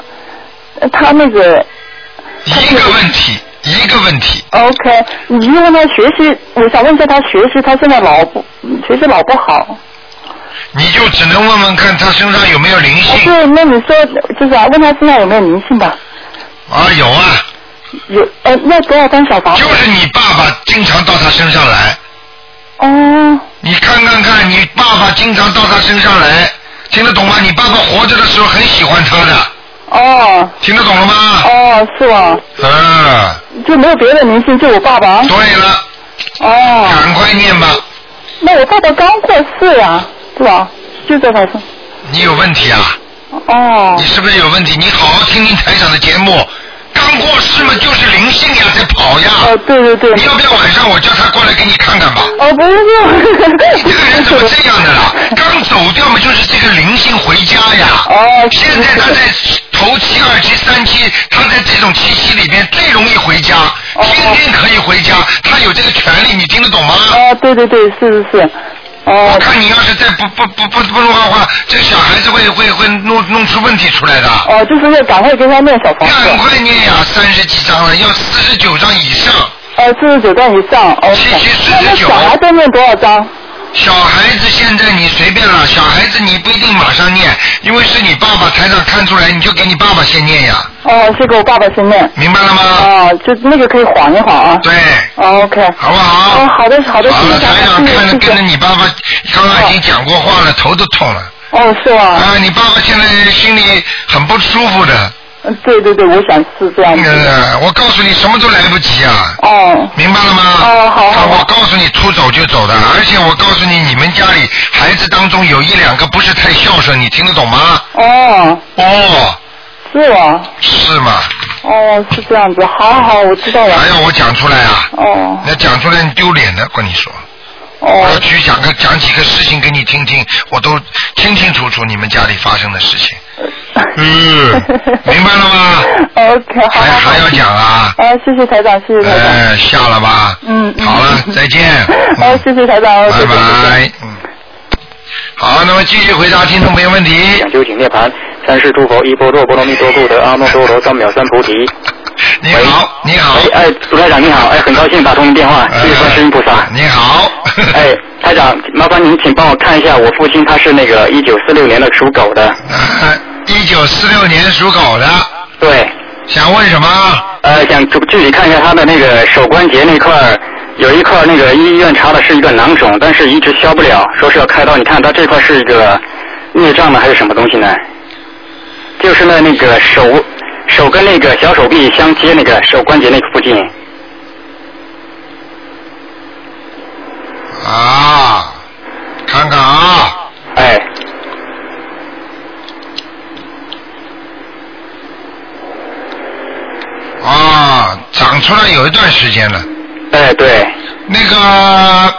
[SPEAKER 3] 呃他那个
[SPEAKER 1] 一个问题，一个问题，
[SPEAKER 3] OK，你因为他学习，我想问一下他学习，他现在老不学习老不好。
[SPEAKER 1] 你就只能问问看他身上有没有灵
[SPEAKER 5] 嗯
[SPEAKER 3] 哦，
[SPEAKER 1] 性
[SPEAKER 3] 对，那你说就是啊，问他身上有没有灵性吧？
[SPEAKER 1] 啊，有啊。
[SPEAKER 3] 有，呃，要多少张小房子？
[SPEAKER 1] 就是你爸爸经常到他身上来，
[SPEAKER 3] 哦，
[SPEAKER 1] 你看看看，你爸爸经常到他身上来，听得懂吗？你爸爸活着的时候很喜欢他的，
[SPEAKER 3] 哦，
[SPEAKER 1] 听得懂了吗？
[SPEAKER 3] 哦，是吧？
[SPEAKER 1] 嗯、
[SPEAKER 3] 就没有别的灵性，就我爸爸。
[SPEAKER 1] 对了，
[SPEAKER 3] 哦，
[SPEAKER 1] 赶快念吧，
[SPEAKER 3] 那我爸爸刚过世呀、是吧？就在他身。
[SPEAKER 1] 你有问题啊？
[SPEAKER 3] 哦
[SPEAKER 1] 你，是不是有问题？你好好听听台长的节目，刚过世嘛，就是灵性呀，在跑呀。
[SPEAKER 3] 哦，对对对。
[SPEAKER 1] 你要不要晚上我叫他过来给你看看吧？
[SPEAKER 3] 哦，不是，
[SPEAKER 1] 你这个人怎么这样的啦？刚走掉嘛，就是这个灵性回家呀。
[SPEAKER 3] 哦，
[SPEAKER 1] 现在他在头期、二期、三期，他在这种期息里边最容易回家，
[SPEAKER 3] 哦
[SPEAKER 1] 天天可以回家，他有这个权利，你听得懂吗？
[SPEAKER 3] 哦，对对对，是是是，哦
[SPEAKER 1] 我，看你要是再不不不不不弄的话，这个小孩子会会会弄弄出问题出来的。
[SPEAKER 3] 哦，就是要赶快给他念小房
[SPEAKER 1] 赶
[SPEAKER 3] 子，
[SPEAKER 1] 快念呀，三十几张了，要四十九张以上。
[SPEAKER 3] 呃，四十九张以上，哦，
[SPEAKER 1] 七七四十
[SPEAKER 3] 那那
[SPEAKER 1] 九
[SPEAKER 3] 小孩子念多少张？
[SPEAKER 1] 小孩子现在你随便了，小孩子你不一定马上念，因为是你爸爸台长看出来，你就给你爸爸先念呀，
[SPEAKER 4] 哦，是给我爸爸先念。
[SPEAKER 1] 明白了吗？
[SPEAKER 4] 哦，就那个可以缓一缓啊。
[SPEAKER 1] 啊对，
[SPEAKER 4] 哦，OK。
[SPEAKER 1] 好不好？
[SPEAKER 4] 哦，好的，好的，
[SPEAKER 1] 好
[SPEAKER 4] 谢
[SPEAKER 1] 了，
[SPEAKER 4] 谢
[SPEAKER 1] 台
[SPEAKER 4] 台
[SPEAKER 1] 长
[SPEAKER 4] 长，谢
[SPEAKER 1] 看
[SPEAKER 4] 谢，
[SPEAKER 1] 着
[SPEAKER 4] 谢
[SPEAKER 1] 跟着
[SPEAKER 4] 谢。
[SPEAKER 1] 你爸爸刚刚已经讲过话了，头都痛了。
[SPEAKER 4] 哦，是吗？
[SPEAKER 1] 啊，你爸爸现在心里很不舒服的，
[SPEAKER 4] 嗯，对对对，我想是这样子的。
[SPEAKER 1] 呃，我告诉你，什么都来不及啊。
[SPEAKER 4] 哦，
[SPEAKER 1] 明白了吗？啊
[SPEAKER 4] 哦好好好
[SPEAKER 1] 我告诉你，出走就走的，而且我告诉你，你们家里孩子当中有一两个不是太孝顺，你听得懂吗？
[SPEAKER 4] 哦，
[SPEAKER 1] 哦，
[SPEAKER 4] 是吗？
[SPEAKER 1] 是吗？
[SPEAKER 4] 哦，是这样子。好好好，我知道了。
[SPEAKER 1] 还要我讲出来啊？
[SPEAKER 4] 哦
[SPEAKER 1] 那讲出来你丢脸的，跟你说。我要
[SPEAKER 4] 哦
[SPEAKER 1] 去讲个讲几个事情给你听听，我都清清楚楚你们家里发生的事情。嗯，
[SPEAKER 4] <laughs>
[SPEAKER 1] 明白了吗？
[SPEAKER 4] ，OK，好
[SPEAKER 1] 还
[SPEAKER 4] 好好。
[SPEAKER 1] 还要讲啊？
[SPEAKER 4] 哎，谢谢台长，谢谢台长。
[SPEAKER 1] 呃，下了吧。
[SPEAKER 4] 嗯嗯 <laughs>
[SPEAKER 1] 好了，再见。
[SPEAKER 4] 哎，谢谢台长，谢
[SPEAKER 1] 拜
[SPEAKER 4] 谢谢谢。
[SPEAKER 1] 拜。嗯。好，那么继续回答听众朋友问题。
[SPEAKER 6] 想究竟涅盘，三世诸佛，一波若波罗蜜多故得阿耨多罗三藐三菩提。
[SPEAKER 1] 你好，你好。哎呃
[SPEAKER 6] 哎，哎，卢台长你好，哎，很高兴打通您电话，谢谢观世音菩萨。
[SPEAKER 1] 你好。
[SPEAKER 6] 哎，台长，麻烦您请帮我看一下，我父亲他是那个一九四六年的属狗的，
[SPEAKER 1] <laughs> 一九四六年属狗的，
[SPEAKER 6] 对，
[SPEAKER 1] 想问什么？
[SPEAKER 6] 呃，想具具体看一下他的那个手关节那块儿，有一块儿那个医院查的是一个囊肿，但是一直消不了，说是要开刀。你看他这块是一个孽障呢，还是什么东西呢？就是那那个手手跟那个小手臂相接那个手关节那个附近。
[SPEAKER 1] 啊，看看啊，
[SPEAKER 6] 哎，
[SPEAKER 1] 啊，长出来有一段时间了。
[SPEAKER 6] 哎，对，
[SPEAKER 1] 那个，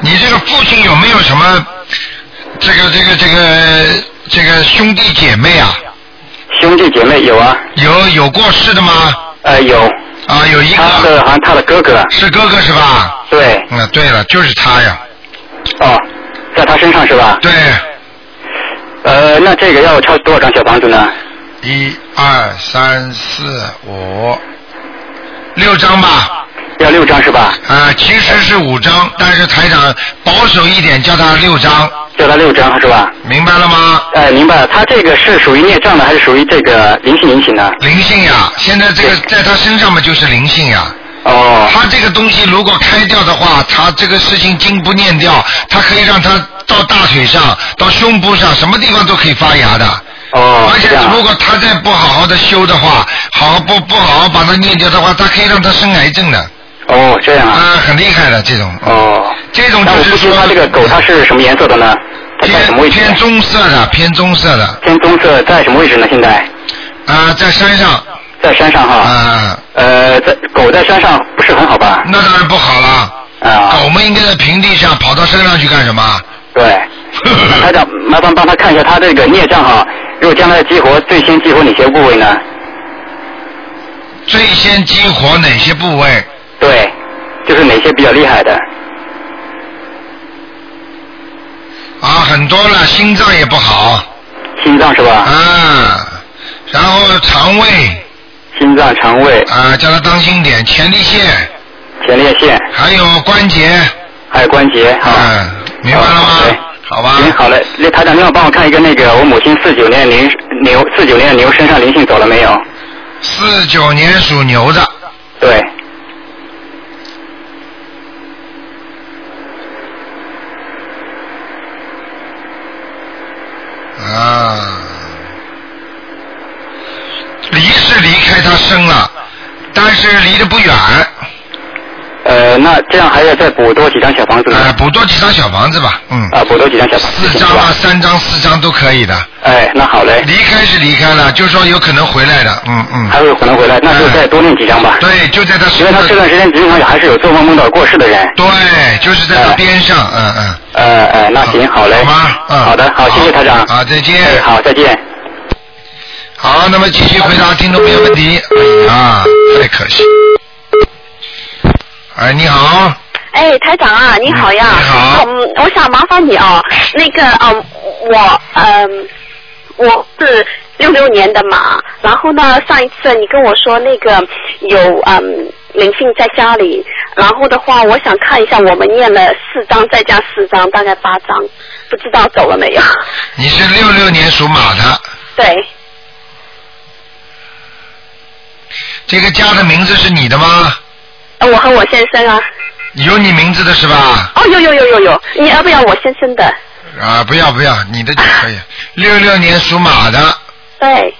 [SPEAKER 1] 你这个父亲有没有什么这个这个这个这个兄弟姐妹啊？
[SPEAKER 6] 兄弟姐妹有啊，
[SPEAKER 1] 有有过世的吗？
[SPEAKER 6] 呃，有，
[SPEAKER 1] 啊，有一
[SPEAKER 6] 他
[SPEAKER 1] 个
[SPEAKER 6] 的好像他的哥哥，
[SPEAKER 1] 是哥哥是吧？
[SPEAKER 6] 对，
[SPEAKER 1] 嗯，对了，就是他呀。
[SPEAKER 6] 哦，在他身上是吧？
[SPEAKER 1] 对，
[SPEAKER 6] 呃，那这个要抄多少张小房子呢？
[SPEAKER 1] 一二三四五六张吧，
[SPEAKER 6] 要六张是吧？
[SPEAKER 1] 啊，其实是五张，但是台长保守一点，叫他六张，
[SPEAKER 6] 叫他六张是吧？
[SPEAKER 1] 明白了吗？
[SPEAKER 6] 哎，明白了，他这个是属于孽障的，还是属于这个灵性引起呢？
[SPEAKER 1] 灵性呀，现在这个在他身上嘛就是灵性呀。
[SPEAKER 6] 哦，
[SPEAKER 1] 他这个东西如果开掉的话，他这个事情经不念掉，他可以让他到大腿上、到胸部上，什么地方都可以发芽的。
[SPEAKER 6] 哦，
[SPEAKER 1] 而且
[SPEAKER 6] 是这样
[SPEAKER 1] 如果他再不好好的修的话，好好不不好好把它念掉的话，他可以让他生癌症的，
[SPEAKER 6] 哦这样
[SPEAKER 1] 啊
[SPEAKER 6] 啊，，
[SPEAKER 1] 很厉害的这种，
[SPEAKER 6] 哦，
[SPEAKER 1] 这种
[SPEAKER 6] 那
[SPEAKER 1] 就
[SPEAKER 6] 我
[SPEAKER 1] 是
[SPEAKER 6] 不知
[SPEAKER 1] 说
[SPEAKER 6] 道他这个狗它是什么颜色的呢？它在什么位
[SPEAKER 1] 偏
[SPEAKER 6] 置呢？
[SPEAKER 1] 偏棕色的，偏棕色的
[SPEAKER 6] 偏棕色，在什么位置呢？现在
[SPEAKER 1] 啊，在山上
[SPEAKER 6] 在山上哈。
[SPEAKER 1] 啊，
[SPEAKER 6] 呃，在狗在山上不是很好吧？
[SPEAKER 1] 那当然不好了。
[SPEAKER 6] 啊，
[SPEAKER 1] 狗们应该在平地上，跑到山上去干什么？
[SPEAKER 6] 对。那台长，麻烦帮他看一下他这个孽障哈，如果将来激活，最先激活哪些部位呢？
[SPEAKER 1] <laughs> 最先激活哪些部位？
[SPEAKER 6] 对，就是哪些比较厉害的？
[SPEAKER 1] 啊，很多了，心脏也不好
[SPEAKER 6] 心脏是吧？
[SPEAKER 1] 啊，然后肠胃
[SPEAKER 6] 心脏、肠胃、
[SPEAKER 1] 啊，叫他当心点，前列腺，
[SPEAKER 6] 前列腺，
[SPEAKER 1] 还有关节，
[SPEAKER 6] 还有关节
[SPEAKER 1] 嗯、
[SPEAKER 6] 啊。
[SPEAKER 1] 明白了
[SPEAKER 6] 好
[SPEAKER 1] 吗
[SPEAKER 6] 对？
[SPEAKER 1] 嗯好吧，
[SPEAKER 6] 行，好嘞，那台长，另外帮我看一个那个我母亲四九年牛牛四九年的牛身上灵性走了没有？
[SPEAKER 1] 四九年属牛的，
[SPEAKER 6] 对，
[SPEAKER 1] 啊，离是离开他生了，但是离得不远，啊、
[SPEAKER 6] 呃，那这样还要再补多几张小房子呢？
[SPEAKER 1] 啊补多几张小房子吧，嗯，
[SPEAKER 6] 啊，补多几张小房子。
[SPEAKER 1] 四张
[SPEAKER 6] 是
[SPEAKER 1] 啊，
[SPEAKER 6] 吧
[SPEAKER 1] 三张、四张都可以的。
[SPEAKER 6] 哎，那好嘞，
[SPEAKER 1] 离开是离开了，就是说有可能回来的，嗯嗯。
[SPEAKER 6] 还会可能回来，那就再多念几张吧。
[SPEAKER 1] 对，就在他
[SPEAKER 6] 因
[SPEAKER 1] 身
[SPEAKER 6] 为他
[SPEAKER 1] 上
[SPEAKER 6] 这。段时间经常还是有做梦梦到过世的人。
[SPEAKER 1] 对，就是在他边上，嗯嗯。
[SPEAKER 6] 呃呃，那行，好嘞。
[SPEAKER 1] 好吗？嗯。
[SPEAKER 6] 好的，好，谢谢台长。
[SPEAKER 1] 好，再
[SPEAKER 6] 哎
[SPEAKER 1] 见。
[SPEAKER 6] 好，再见。
[SPEAKER 1] 好，那么继续回答听众朋友问题。哎呀，太可惜。哎，你好，
[SPEAKER 5] 哎，台长啊，你好呀。
[SPEAKER 1] 嗯你好
[SPEAKER 5] 嗯，我想麻烦你哦，那个嗯，我嗯，我是六六年的马，然后呢，上一次你跟我说那个有嗯。灵性在家里，然后的话，我想看一下，我们念了四张，再加四张，大概八张，不知道走了没有？ <laughs>
[SPEAKER 1] 你是六六年属马的，
[SPEAKER 5] 对，
[SPEAKER 1] 这个家的名字是你的吗？
[SPEAKER 5] 呃我和我先生啊，
[SPEAKER 1] 有你名字的是吧？
[SPEAKER 5] 哦，有有有有有，你要不要我先生的？
[SPEAKER 1] 啊，不要不要，你的就可以。六六年属马的，
[SPEAKER 5] 对，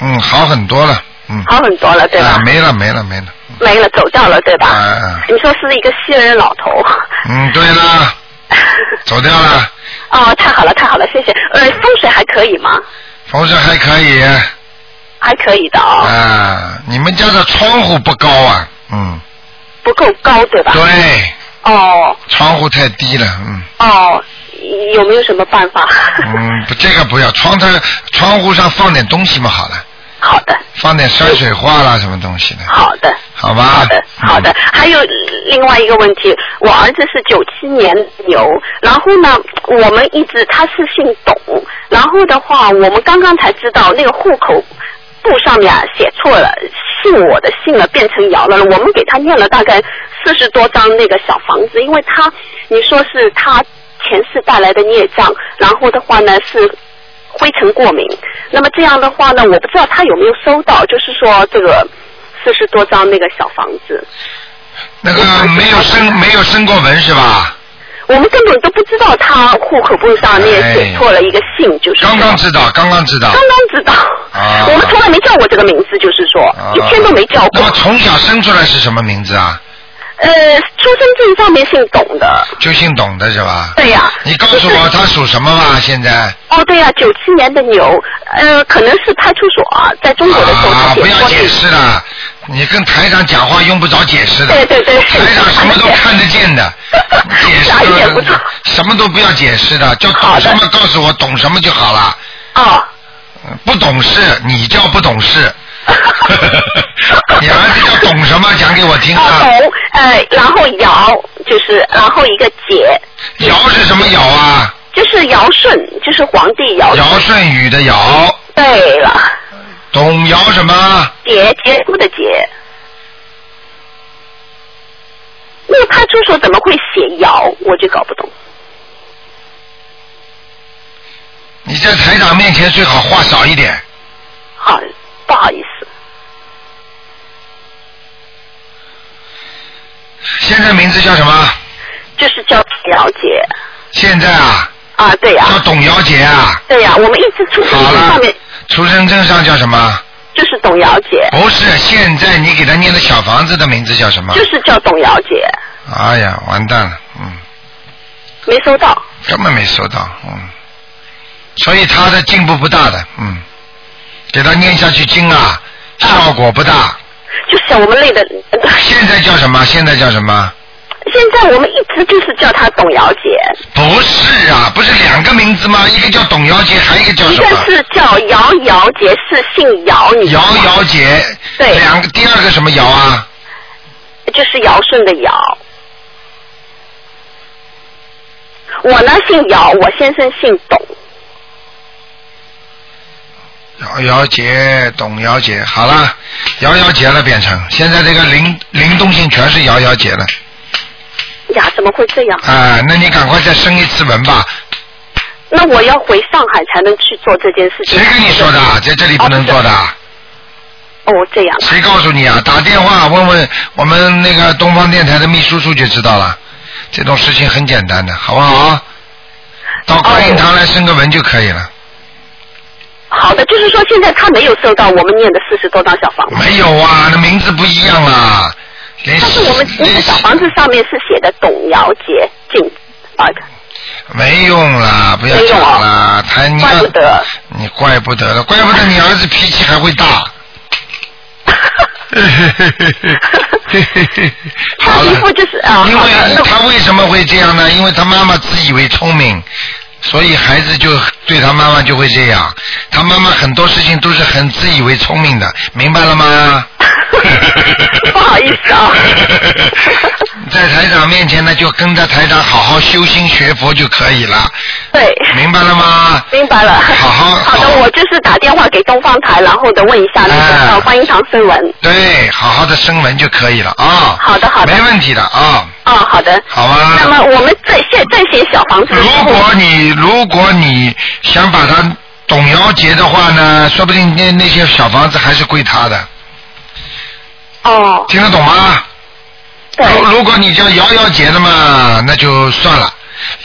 [SPEAKER 1] 嗯，好很多了，嗯，
[SPEAKER 5] 好很多了，对吧？
[SPEAKER 1] 啊，没了没了没了，
[SPEAKER 5] 没了，走掉了，对吧？
[SPEAKER 1] 啊
[SPEAKER 5] 你说是一个西人老头。 <laughs>
[SPEAKER 1] 嗯，对了，走掉了，
[SPEAKER 5] 哦，太好了，太好了，谢谢。呃，风水还可以吗？
[SPEAKER 1] 风水还可以，
[SPEAKER 5] 还可以的哦，
[SPEAKER 1] 啊，你们家的窗户不高啊，嗯，
[SPEAKER 5] 不够高，对吧？
[SPEAKER 1] 对，
[SPEAKER 5] 哦
[SPEAKER 1] 窗户太低了，嗯。
[SPEAKER 5] 哦，有没有什么办法？
[SPEAKER 1] 嗯，不，这个不要，窗台窗户上放点东西嘛，好了，
[SPEAKER 5] <laughs> 好的，
[SPEAKER 1] 放点山水画啦，什么东西的，
[SPEAKER 5] 好的，
[SPEAKER 1] 好吧？
[SPEAKER 5] 好的，好的
[SPEAKER 1] 嗯。
[SPEAKER 5] 还有另外一个问题，我儿子是九七年牛，然后呢，我们一直他是姓董，然后的话，我们刚刚才知道那个户口。簿上面啊写错了，姓我的姓了变成姚了。我们给他念了大概四十多张那个小房子，因为他你说是他前世带来的孽障，然后的话呢是灰尘过敏。那么这样的话呢，我不知道他有没有收到，就是说这个四十多张那个小房子，
[SPEAKER 1] 那个没有生没有生过文是吧？
[SPEAKER 5] 我们根本都不知道他户口簿上面写错了一个姓，就是说
[SPEAKER 1] 哎刚刚知道，刚刚知道
[SPEAKER 5] 刚。刚知道，
[SPEAKER 1] 啊
[SPEAKER 5] 我们从来没叫过这个名字，就是说、
[SPEAKER 1] 啊
[SPEAKER 5] 一天都没叫
[SPEAKER 1] 那
[SPEAKER 5] 过
[SPEAKER 1] 么。从小生出来是什么名字啊？
[SPEAKER 5] 呃，出生证上面姓董的，
[SPEAKER 1] 就姓董的是吧？
[SPEAKER 5] 对呀、
[SPEAKER 1] 你告诉我他属什么吧？现在
[SPEAKER 5] 哦，对呀、九七年的牛，呃，可能是派出所啊，在中国的时候
[SPEAKER 1] 啊
[SPEAKER 5] 他，写
[SPEAKER 1] 不要
[SPEAKER 5] 错
[SPEAKER 1] 解
[SPEAKER 5] 名
[SPEAKER 1] 释了，你跟台长讲话用不着解释的。
[SPEAKER 5] 对对对
[SPEAKER 1] 台长什么都看得见
[SPEAKER 5] <laughs>
[SPEAKER 1] 的，解释
[SPEAKER 5] 哪一点不错
[SPEAKER 1] 什么都不要解释的，就懂
[SPEAKER 5] 好的
[SPEAKER 1] 什么告诉我懂什么就好了。
[SPEAKER 5] 哦，
[SPEAKER 1] 不懂事，你叫不懂
[SPEAKER 5] <laughs>
[SPEAKER 1] 事。你儿子叫懂什么？讲给我听
[SPEAKER 5] 啊
[SPEAKER 1] 啊！
[SPEAKER 5] 董，呃，然后尧就是，然后一个解，
[SPEAKER 1] 尧是什么尧啊？
[SPEAKER 5] 就是尧舜，就是皇帝尧舜。
[SPEAKER 1] 尧舜禹的尧，
[SPEAKER 5] 对了，
[SPEAKER 1] 懂尧什么？
[SPEAKER 5] 杰杰出的杰。那个派出所怎么会写尧？我就搞不懂。
[SPEAKER 1] 你在台长面前最好话少一点。
[SPEAKER 5] 好，不好意思。
[SPEAKER 1] 现在名字叫什么？
[SPEAKER 5] 就是叫姚姐
[SPEAKER 1] 现在啊，
[SPEAKER 5] 啊，对呀、
[SPEAKER 1] 叫董瑶姐啊。
[SPEAKER 5] 对呀、我们一直出生
[SPEAKER 1] 好
[SPEAKER 5] 证
[SPEAKER 1] 了
[SPEAKER 5] 上面，
[SPEAKER 1] 出生证上叫什么？
[SPEAKER 5] 就是董瑶姐，
[SPEAKER 1] 不是，现在你给他念的小房子的名字叫什么
[SPEAKER 5] 就？是叫董瑶姐，
[SPEAKER 1] 哎呀，完蛋了，嗯，
[SPEAKER 5] 没收到。
[SPEAKER 1] 根本没收到，嗯，所以他的进步不大的，嗯，给他念下去经啊，效果不大。
[SPEAKER 5] 就像我们累的，
[SPEAKER 1] 现在叫什么？现在叫什么？
[SPEAKER 5] 现在我们一直就是叫她董瑶姐，
[SPEAKER 1] 不是啊，不是两个名字吗？一个叫董瑶姐，还有一个叫
[SPEAKER 5] 一
[SPEAKER 1] 什
[SPEAKER 5] 个
[SPEAKER 1] 么？
[SPEAKER 5] 是叫姚瑶姐，是姓姚，你知道
[SPEAKER 1] 瑶
[SPEAKER 5] 吗
[SPEAKER 1] 瑶姐。
[SPEAKER 5] 对
[SPEAKER 1] 两个第二个什么瑶啊？
[SPEAKER 5] 就是尧舜的尧。我呢姓尧，我先生姓董。
[SPEAKER 1] 瑶瑶姐，董瑶姐，好了，瑶瑶姐了变成，现在这个灵灵动性全是瑶瑶姐了，
[SPEAKER 5] 呀，怎么会这样？
[SPEAKER 1] 啊、那你赶快再升一次文吧。
[SPEAKER 5] 那我要回上海才能去做这件事情。
[SPEAKER 1] 谁跟你说的？
[SPEAKER 5] 啊
[SPEAKER 1] 在这里不能做的？
[SPEAKER 5] 哦，这样。
[SPEAKER 1] 谁告诉你啊？打电话问问我们那个东方电台的秘书处就知道了。这种事情很简单的，好不
[SPEAKER 5] 嗯
[SPEAKER 1] 好？到观音堂来升个文就可以了。
[SPEAKER 5] 好的，就是说现在他没有收到我们念的四十多张小房子，
[SPEAKER 1] 没有啊，那名字不一样啦。但
[SPEAKER 5] 哦但是我们那个小房子上面是写的董瑶杰进啊，
[SPEAKER 1] 没用啦，不要讲啦，他你
[SPEAKER 5] 怪不得。
[SPEAKER 1] 你怪不得了，怪不得你儿子脾气还会大。 <laughs> 好
[SPEAKER 5] 他
[SPEAKER 1] 了
[SPEAKER 5] 一副就是啊，
[SPEAKER 1] 因
[SPEAKER 5] 好的
[SPEAKER 1] 为
[SPEAKER 5] 那
[SPEAKER 1] 他为什么会这样呢？因为他妈妈自以为聪明，所以孩子就对他妈妈就会这样。他妈妈很多事情都是很自以为聪明的，
[SPEAKER 5] <laughs>
[SPEAKER 1] 明白了吗？ <laughs>
[SPEAKER 5] 不好意思啊
[SPEAKER 1] 在台长长面前呢，就跟着台长好好修心学佛就可以了，
[SPEAKER 5] 对，
[SPEAKER 1] 明白了吗？
[SPEAKER 5] 明白了。
[SPEAKER 1] 好好
[SPEAKER 5] 好
[SPEAKER 1] 好
[SPEAKER 5] 的，我就是打电话给东方台，然后的问一下那
[SPEAKER 1] 哎
[SPEAKER 5] 个呃观音堂声纹。
[SPEAKER 1] 对，好好的声纹就可以了啊。
[SPEAKER 5] 好的好的
[SPEAKER 1] 没问题的啊，
[SPEAKER 5] 哦，好的。
[SPEAKER 1] 好啊吧。
[SPEAKER 5] 那么我们这些这些小房子之
[SPEAKER 1] 如
[SPEAKER 5] 后，
[SPEAKER 1] 果你如果你想把它董瑶结的话呢，说不定那那些小房子还是归他的，
[SPEAKER 5] 哦，
[SPEAKER 1] 听得懂吗？
[SPEAKER 5] 对，
[SPEAKER 1] 如如果你叫瑶瑶节的嘛，那就算了。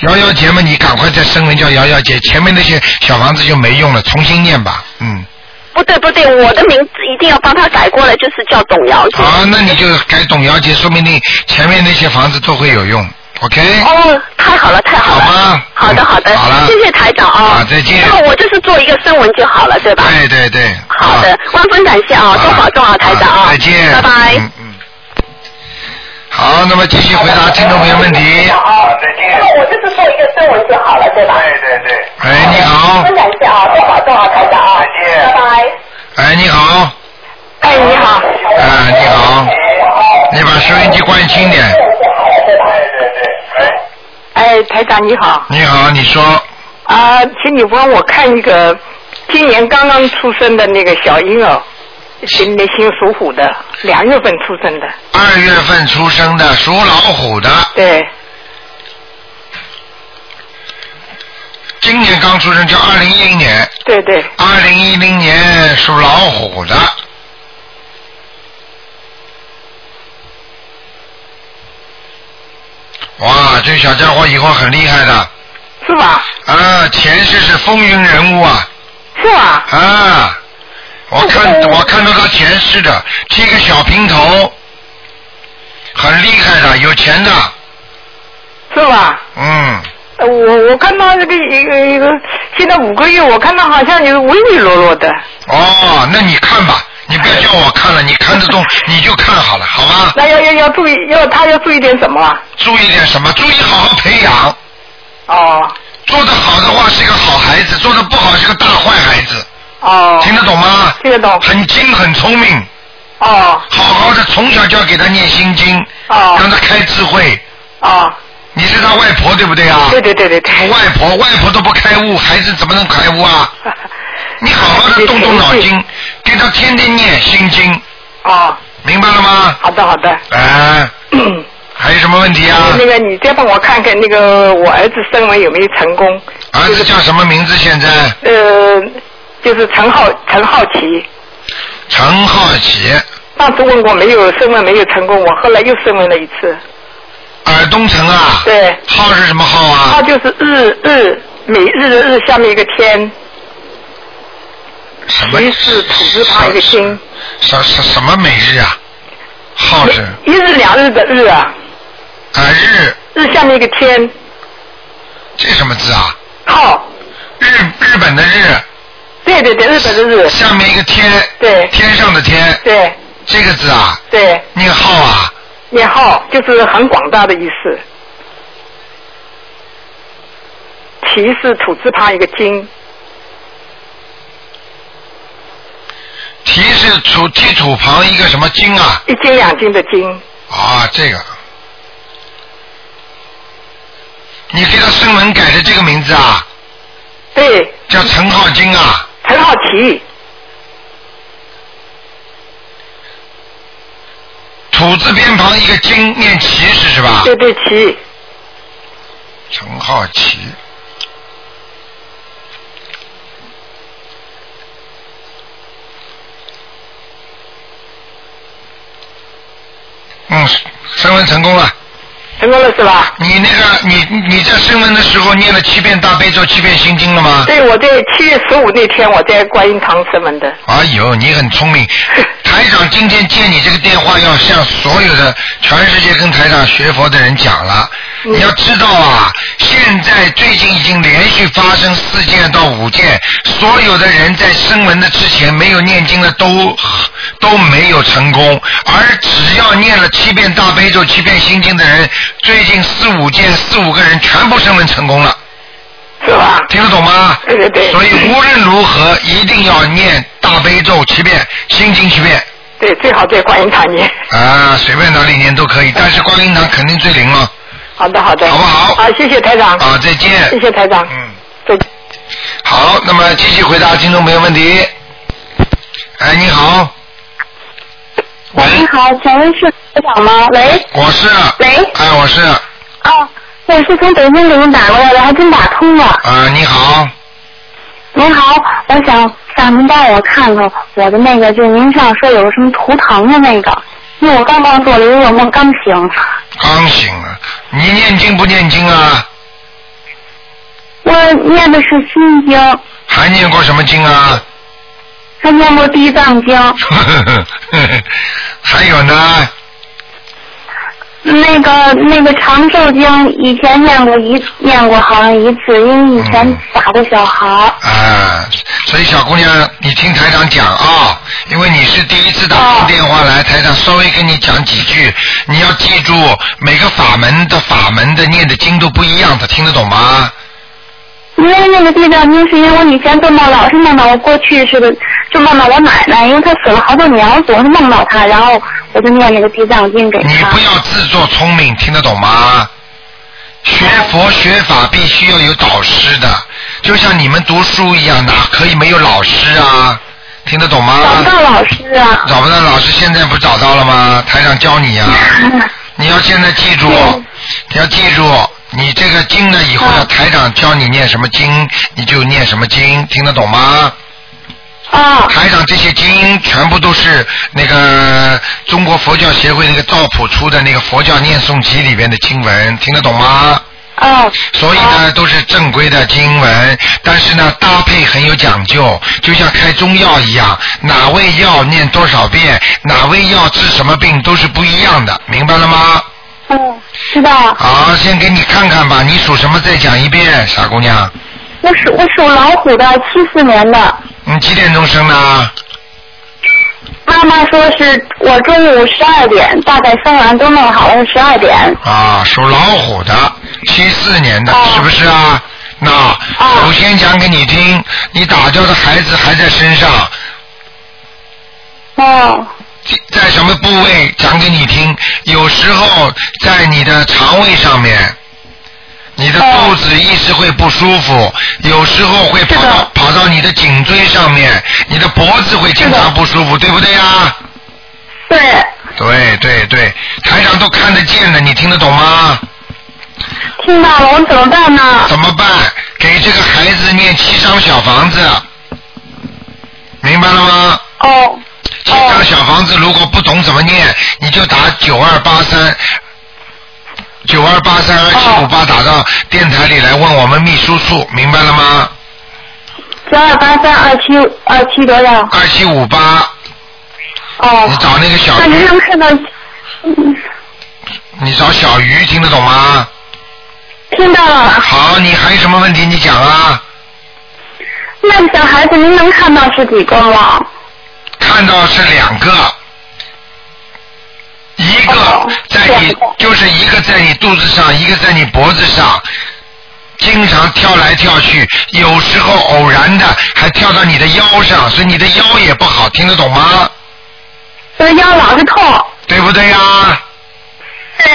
[SPEAKER 1] 瑶瑶节嘛，你赶快再升为叫瑶瑶节，前面那些小房子就没用了，重新念吧。嗯，
[SPEAKER 5] 不对不对，我的名字一定要帮他改过来，就是叫董瑶姐。
[SPEAKER 1] 好，那你就改董瑶节，说不定前面那些房子都会有用。OK，
[SPEAKER 5] 哦，太好了，太好了。
[SPEAKER 1] 好吗
[SPEAKER 5] 好的，好的。
[SPEAKER 1] 嗯好了
[SPEAKER 5] 谢谢台长啊。
[SPEAKER 1] 啊再见
[SPEAKER 5] 那我就是做一个声纹就好了，对吧？
[SPEAKER 1] 对对对。
[SPEAKER 5] 好的
[SPEAKER 1] 啊，
[SPEAKER 5] 万分感谢啊，多保重啊，台长啊。
[SPEAKER 1] 再见。
[SPEAKER 5] 拜拜。
[SPEAKER 1] 嗯嗯。好，那么继续回答听众朋友问题。
[SPEAKER 5] 啊，再见。那我就是做一个声纹就好了，对吧？
[SPEAKER 1] 哎，你好，
[SPEAKER 5] 感谢啊，多保重啊，台长啊。再见。拜拜。
[SPEAKER 1] 哎，你好，
[SPEAKER 5] 哎，你好。
[SPEAKER 1] 啊，你好，你把收音机关轻点。
[SPEAKER 3] 哎，台长你好
[SPEAKER 1] 你好，你说，
[SPEAKER 3] 啊，请你帮我看一个今年刚刚出生的那个小婴儿，新的新属虎的，两月份出生的，
[SPEAKER 1] 二月份出生的属老虎的，
[SPEAKER 3] 对，
[SPEAKER 1] 今年刚出生，叫二零一零年，
[SPEAKER 3] 对对，
[SPEAKER 1] 二零一零年属老虎的，哇，这小家伙以后很厉害的，
[SPEAKER 3] 是吧？
[SPEAKER 1] 啊，前世是风云人物啊，
[SPEAKER 3] 是吧？
[SPEAKER 1] 啊，我看我看到他前世的，剃个小平头，很厉害的，有钱的，
[SPEAKER 3] 是吧？
[SPEAKER 1] 嗯，
[SPEAKER 3] 呃我我看到这个一个一个，现在五个月，我看到好像就是唯唯诺诺的，
[SPEAKER 1] 哦，那你看吧，你不要叫我看了，你看得动你就看好了，好吧？
[SPEAKER 3] 那要要要注意，要他要注意点什么啊？
[SPEAKER 1] 注意点什么？注意好好培养，
[SPEAKER 3] 哦
[SPEAKER 1] 做得好的话是一个好孩子，做得不好是个大坏孩子，
[SPEAKER 3] 哦，
[SPEAKER 1] 听得懂吗？
[SPEAKER 3] 听得懂
[SPEAKER 1] 很精很聪明，
[SPEAKER 3] 哦
[SPEAKER 1] 好好的从小就要给他念心经，
[SPEAKER 3] 哦
[SPEAKER 1] 让他开智慧。
[SPEAKER 3] 哦，
[SPEAKER 1] 你是他外婆对不对啊？
[SPEAKER 3] 对对对对对，
[SPEAKER 1] 外婆，外婆都不开悟，孩子怎么能开悟啊？你好好的动动脑筋，给他天天念心经，
[SPEAKER 3] 哦，
[SPEAKER 1] 明白了吗？
[SPEAKER 3] 好的好的。
[SPEAKER 1] 哎，还有什么问题啊？
[SPEAKER 3] 那个，你再帮我看看那个我儿子升文有没有成功？
[SPEAKER 1] 儿子叫什么名字？现在
[SPEAKER 3] 呃，就是陈浩陈浩奇，
[SPEAKER 1] 陈浩奇，
[SPEAKER 3] 上次问过没有升文没有成功，我后来又升文了一次。
[SPEAKER 1] 尔东城啊。。
[SPEAKER 3] 对，
[SPEAKER 1] 浩是什么浩
[SPEAKER 3] 他
[SPEAKER 1] 啊？
[SPEAKER 3] 就是日日每日的日下面一个天，
[SPEAKER 1] 什么？
[SPEAKER 3] 于是土字旁一个心，
[SPEAKER 1] 什什什么每日啊？浩哦是
[SPEAKER 3] 一日两日的日啊，
[SPEAKER 1] 啊日，
[SPEAKER 3] 日下面一个天，
[SPEAKER 1] 这什么字啊？
[SPEAKER 3] 浩，
[SPEAKER 1] 日日本的日，
[SPEAKER 3] 对对对，日本的日，
[SPEAKER 1] 下面一个天，
[SPEAKER 3] 对
[SPEAKER 1] 天上的天，
[SPEAKER 3] 对
[SPEAKER 1] 这个字啊，
[SPEAKER 3] 对，
[SPEAKER 1] 念浩啊。
[SPEAKER 3] 念浩就是很广大的意思。奇是土字旁一个金，
[SPEAKER 1] 提是土提土旁一个什么金啊？
[SPEAKER 3] 一斤两斤的斤，
[SPEAKER 1] 啊，这个，你给他声纹改的这个名字啊，
[SPEAKER 3] 对，
[SPEAKER 1] 叫陈浩金啊。
[SPEAKER 3] 陈浩奇，
[SPEAKER 1] 土字边旁一个金，念齐是是吧？
[SPEAKER 3] 对对奇，
[SPEAKER 1] 陈浩齐。嗯，声纹成功了。
[SPEAKER 3] 成功了是吧？
[SPEAKER 1] 你那个，你你在声纹的时候念了七遍大悲咒、七遍心经了吗？
[SPEAKER 3] 对，我在七月十五那天我在观音堂升门的，
[SPEAKER 1] 哎呦，你很聪明。台长今天接你这个电话，要向所有的全世界跟台长学佛的人讲了。你要知道啊，现在最近已经连续发生四件到五件，所有的人在声闻的之前没有念经的都都没有成功，而只要念了七遍大悲咒、七遍心经的人，最近四五件、四五个人全部声闻成功了。
[SPEAKER 3] 是吧？
[SPEAKER 1] 听得懂吗？
[SPEAKER 3] 对对对
[SPEAKER 1] 所以无论如何一定要念大悲咒七遍，心经七遍
[SPEAKER 3] 对，最好在观音堂念。
[SPEAKER 7] 嗯
[SPEAKER 1] 啊，随便哪里念都可以。但是观音堂肯定最灵了，
[SPEAKER 7] 好的，好的，
[SPEAKER 1] 好不好
[SPEAKER 7] 好，谢谢台长，
[SPEAKER 1] 啊，再见。
[SPEAKER 7] 谢谢台长，
[SPEAKER 1] 嗯，
[SPEAKER 7] 再见。
[SPEAKER 1] 好，那么继续回答听众朋友问题。哎，你好。喂，
[SPEAKER 8] 你好，请问是台长吗？喂，
[SPEAKER 1] 我是。
[SPEAKER 8] 喂
[SPEAKER 1] 哎，我是。
[SPEAKER 8] 哦，我是从北京给您打过来的，还真打通了。
[SPEAKER 1] 啊，你好。
[SPEAKER 8] 您好，我想让您帮我看看我的那个，就是您上说有什么图腾的那个，因为我刚刚做了一个梦，刚醒。
[SPEAKER 1] 刚醒了，你念经不念经啊？
[SPEAKER 8] 我念的是心经，
[SPEAKER 1] 还念过什么经啊？ <laughs>
[SPEAKER 8] 还念过地藏经，
[SPEAKER 1] 还有呢？
[SPEAKER 8] 那个那个长寿经以前念过一念过好像一次，因为以前打过小孩儿。
[SPEAKER 1] 啊，所以小姑娘，你听台长讲啊、因为你是第一次打通电话来，台长稍微跟你讲几句，你要记住每个法门的法门的念的经都不一样的，听得懂吗？
[SPEAKER 8] 因为那个地藏经是因为我以前做梦老是梦到我过去似的，就梦到我奶奶，因为她死了好多年，我总是梦到她，然后我就念那个地藏经给
[SPEAKER 1] 你
[SPEAKER 8] 她
[SPEAKER 1] 不。要自作聪明，听得懂吗？学佛学法必须要有导师的，就像你们读书一样，哪可以没有老师啊？听得懂吗？
[SPEAKER 8] 找不到老师啊。
[SPEAKER 1] 找不到老师，现在不找到了吗？台长教你啊呀、你要现在记住，你要记住，你这个经呢，以后
[SPEAKER 8] 啊
[SPEAKER 1] 要台长教你念什么经，你就念什么经，听得懂吗？
[SPEAKER 8] <laughs> 啊
[SPEAKER 1] 台长这些经全部都是那个中国佛教协会那个赵普出的那个佛教念诵集里边的经文，听得懂吗？
[SPEAKER 8] 啊
[SPEAKER 1] 所以呢，都是正规的经文，但是呢，搭配很有讲究，就像开中药一样，哪味药念多少遍，哪味药治什么病都是不一样的，明白了吗？
[SPEAKER 8] 嗯，知道。
[SPEAKER 1] 好，先给你看看吧，你属什么再讲一遍，傻姑娘。
[SPEAKER 8] 我属我属老虎的，七四年的。
[SPEAKER 1] 你几点钟生的？
[SPEAKER 8] 妈妈说是我中午十二点，大概生完都弄好了，十二点。
[SPEAKER 1] 啊，属老虎的，七四年的，
[SPEAKER 8] 哦
[SPEAKER 1] 是不是啊？那、首先讲给你听，你打掉的孩子还在身上，
[SPEAKER 8] 哦
[SPEAKER 1] 在什么部位讲给你听？有时候在你的肠胃上面，你的肚子一直会不舒服，有时候会跑到跑到你的颈椎上面，你的脖子会经常不舒服，对不对呀？
[SPEAKER 8] 对，
[SPEAKER 1] 对对对，台上都看得见的，你听得懂吗？
[SPEAKER 8] 听到了，我怎么办呢？
[SPEAKER 1] 怎么办？给这个孩子念七张小房子，明白了吗？
[SPEAKER 8] 哦
[SPEAKER 1] 七张小房子如果不懂怎么念，你就打九二八三。九二八三二七五八打到电台里来问我们秘书处，明白了吗？
[SPEAKER 8] 九二八三二七二七多少？
[SPEAKER 1] 二七五八，
[SPEAKER 8] 哦
[SPEAKER 1] 你。找那个小
[SPEAKER 8] 那您
[SPEAKER 1] 鱼，
[SPEAKER 8] 能看到？嗯，
[SPEAKER 1] 你找小鱼，听得懂吗？
[SPEAKER 8] 听到了。
[SPEAKER 1] 好，你还有什么问题你讲啊？
[SPEAKER 8] 那小孩子您能看到是几个吗？
[SPEAKER 1] 看到是两个，一个
[SPEAKER 8] 哦
[SPEAKER 1] 在你
[SPEAKER 8] 两个
[SPEAKER 1] 就是一个在你肚子上，一个在你脖子上，经常跳来跳去，有时候偶然的还跳到你的腰上，所以你的腰也不好，听得懂吗？
[SPEAKER 8] 就是腰老是痛。
[SPEAKER 1] 对不对呀、
[SPEAKER 8] 对。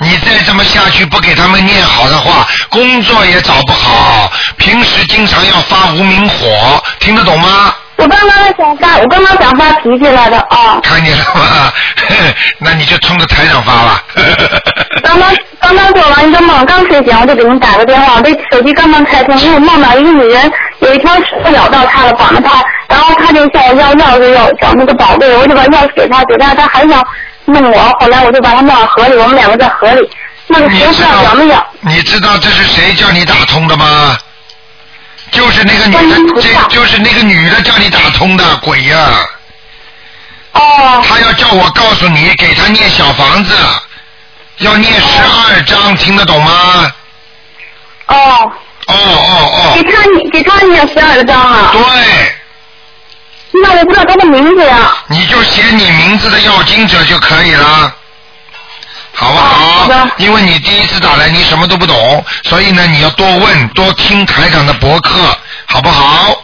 [SPEAKER 1] 你再这么下去，不给他们念好的话，工作也找不好，平时经常要发无名火，听得懂吗？
[SPEAKER 8] 我刚刚想发，我刚刚想发脾气来的啊。
[SPEAKER 1] 看见了吗？ <laughs> 那你就冲着台上发吧。
[SPEAKER 8] 刚刚刚刚做完一个梦，刚睡醒我就给您打个电话，我这手机刚刚开通，因为我梦到一个女人有一条蛇咬到她了，绑着她，然后她就向我要钥匙要找那个宝贝，我就把钥匙给她，给她，她还想弄我，后来我就把她弄到河里，我们两个在河里，那
[SPEAKER 5] 嗯
[SPEAKER 8] 个
[SPEAKER 1] 你
[SPEAKER 8] 蛇不
[SPEAKER 1] 知
[SPEAKER 8] 知道咬
[SPEAKER 1] 道
[SPEAKER 8] 没咬，
[SPEAKER 1] 你知道这是谁叫你打通的吗？就是那个女
[SPEAKER 8] 观音
[SPEAKER 1] 的，
[SPEAKER 8] 菩萨
[SPEAKER 1] 这就是那个女的叫你打通的鬼呀、
[SPEAKER 8] 哦
[SPEAKER 1] 她要叫我告诉你，给她念小房子，要念十二章，听得懂吗？
[SPEAKER 8] 哦，
[SPEAKER 1] 哦
[SPEAKER 8] 给
[SPEAKER 1] 哦
[SPEAKER 8] 她给她念十二张
[SPEAKER 1] 哦，
[SPEAKER 8] 啊，
[SPEAKER 1] 对，
[SPEAKER 8] 那我不知道她的名字呀、
[SPEAKER 1] 你就写你名字的要经者就可以了。好不
[SPEAKER 8] 哦好
[SPEAKER 1] 好
[SPEAKER 8] 的？
[SPEAKER 1] 因为你第一次打来，你什么都不懂，所以呢，你要多问，多听台长的博客，好不好？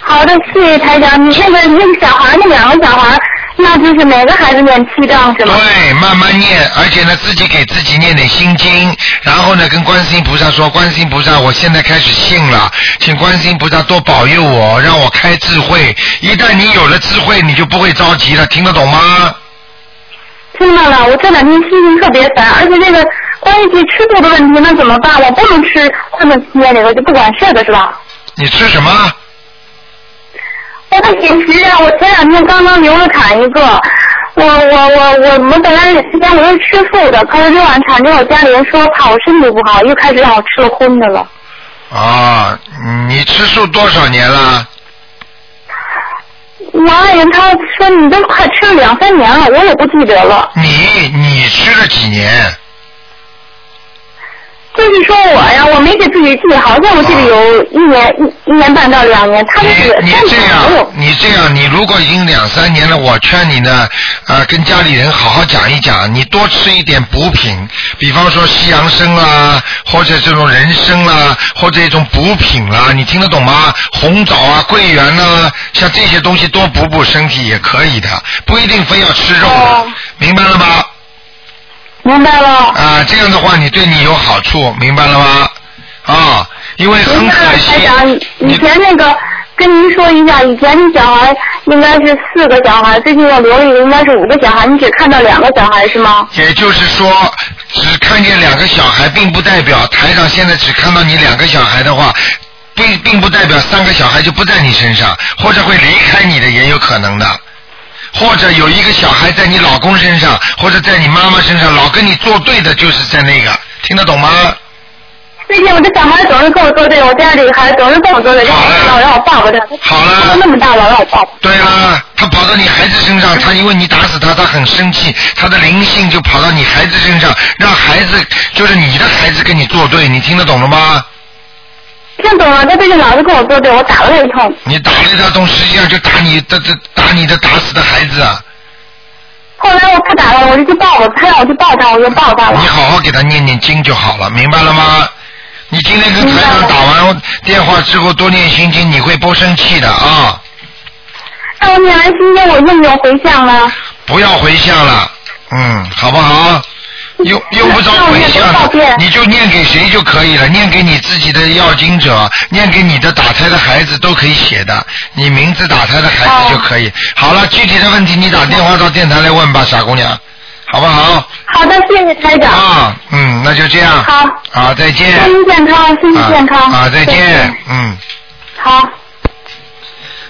[SPEAKER 8] 好的，谢谢台长。你那个那个小孩，那两个小孩，那就是每个孩子念七张是吗？
[SPEAKER 1] 对，慢慢念，而且呢，自己给自己念点心经，然后呢，跟观世音菩萨说，观世音菩萨，我现在开始信了，请观世音菩萨多保佑我，让我开智慧。一旦你有了智慧，你就不会着急了，听得懂吗？
[SPEAKER 8] 听到了，我这两天心情特别烦，而且这个关于这吃住的问题，那怎么办？我不能吃混在体验里头就不管事儿的是吧？
[SPEAKER 1] 你吃什么？
[SPEAKER 8] 我的饮食啊，我前两天刚刚流了产一个，我我我我们本来之前我是吃素的，可是流完产之后家里人说怕我身体不好，又开始让我吃了荤的了。
[SPEAKER 1] 啊，你吃素多少年了？
[SPEAKER 8] 我爱人他说你都快吃了两三年了，我也不记得了。
[SPEAKER 1] 你你吃了几年？
[SPEAKER 8] 就是说我呀，我没给自己记，好像我记得有一年、一一年半到两年，他
[SPEAKER 1] 你
[SPEAKER 8] 们是
[SPEAKER 1] 你
[SPEAKER 8] 三
[SPEAKER 1] 这
[SPEAKER 8] 年左
[SPEAKER 1] 样
[SPEAKER 8] 右，。
[SPEAKER 1] 你这样，你如果已经两三年了，我劝你呢，呃，跟家里人好好讲一讲，你多吃一点补品，比方说西洋参啦，或者这种人参啦，或者一种补品啦，你听得懂吗？红枣啊、桂圆呐、像这些东西多补补身体也可以的，不一定非要吃肉的，
[SPEAKER 8] 哦
[SPEAKER 1] 明白了吗？
[SPEAKER 8] 明白了，
[SPEAKER 1] 啊，这样的话你对你有好处，明白了吗？啊，因为很
[SPEAKER 8] 明白了，
[SPEAKER 1] 可惜
[SPEAKER 8] 台长。，以
[SPEAKER 1] 你
[SPEAKER 8] 前那个跟您说一下，以前小孩应该是四个小孩，最近我留了一个，应该是五个小孩，你只看到两个小孩是吗？
[SPEAKER 1] 也就是说，只看见两个小孩，并不代表台长现在只看到你两个小孩的话，并并不代表三个小孩就不在你身上，或者会离开你的也有可能的。或者有一个小孩在你老公身上，或者在你妈妈身上，老跟你作对的，就是在那个，听得懂吗？
[SPEAKER 8] 最近我这小孩总是跟我作对，我家里孩子总是跟我作对，让
[SPEAKER 1] 好了
[SPEAKER 8] 我老让我抱抱他，
[SPEAKER 1] 好了
[SPEAKER 8] 他都那么大了让我抱抱。
[SPEAKER 1] 对啦，他跑到你孩子身上，他因为你打死他，他很生气，他的灵性就跑到你孩子身上，让孩子就是你的孩子跟你作对，你听得懂了吗？
[SPEAKER 8] 听懂了，他最近老是跟我作对，我打了他一通。
[SPEAKER 1] 你打了他东，实际上就打你的这打你的打死的孩子啊！
[SPEAKER 8] 后来我不打了，我就去抱我，他让我去抱他，我就抱他了
[SPEAKER 1] 你。好好给他念念经就好了，明白了吗？你今天跟
[SPEAKER 8] 明
[SPEAKER 1] 台
[SPEAKER 8] 白
[SPEAKER 1] 长
[SPEAKER 8] 了
[SPEAKER 1] 打完电话之后多念心经，你会不生气的啊！
[SPEAKER 8] 那我念完心经，我用不用回向呢？
[SPEAKER 1] 不要回向了，嗯，好不好？用用不着回向
[SPEAKER 8] 那我念多少
[SPEAKER 1] 的
[SPEAKER 8] 遍，
[SPEAKER 1] 你就念给谁就可以了，念给你自己的要经者，念给你的打胎的孩子都可以写的，你名字打胎的孩子就可以。好了，具体的问题你打电话到电台来问吧，傻姑娘，好不好？
[SPEAKER 8] 好的，谢谢台长。
[SPEAKER 1] 啊，嗯，那就这样。
[SPEAKER 8] 好，
[SPEAKER 1] 好，再见。
[SPEAKER 8] 身体健康，身体健康。
[SPEAKER 1] 啊啊，再
[SPEAKER 8] 谢谢
[SPEAKER 1] 见。。嗯，
[SPEAKER 8] 好。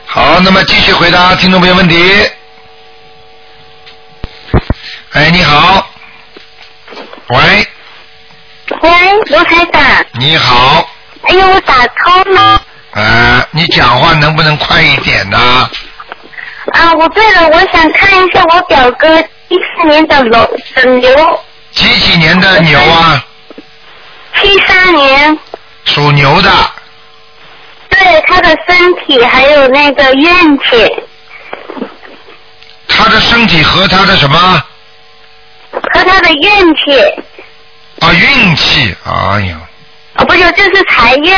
[SPEAKER 1] 好，那么继续回答听众朋友问题。哎，你好。喂，
[SPEAKER 8] 喂，卢台长，
[SPEAKER 1] 你好。
[SPEAKER 8] 哎呦，我打通了。
[SPEAKER 1] 呃，你讲话能不能快一点呢、
[SPEAKER 8] 啊，我对了，我想看一下我表哥一四年的龙的牛，
[SPEAKER 1] 几几年的牛啊？
[SPEAKER 8] 七三年，
[SPEAKER 1] 属牛的，
[SPEAKER 8] 对他的身体还有那个愿景
[SPEAKER 1] 他的身体和他的什么
[SPEAKER 8] 和他的愿景，
[SPEAKER 1] 啊运气？哎呦，
[SPEAKER 8] 哦，不是，就是财运。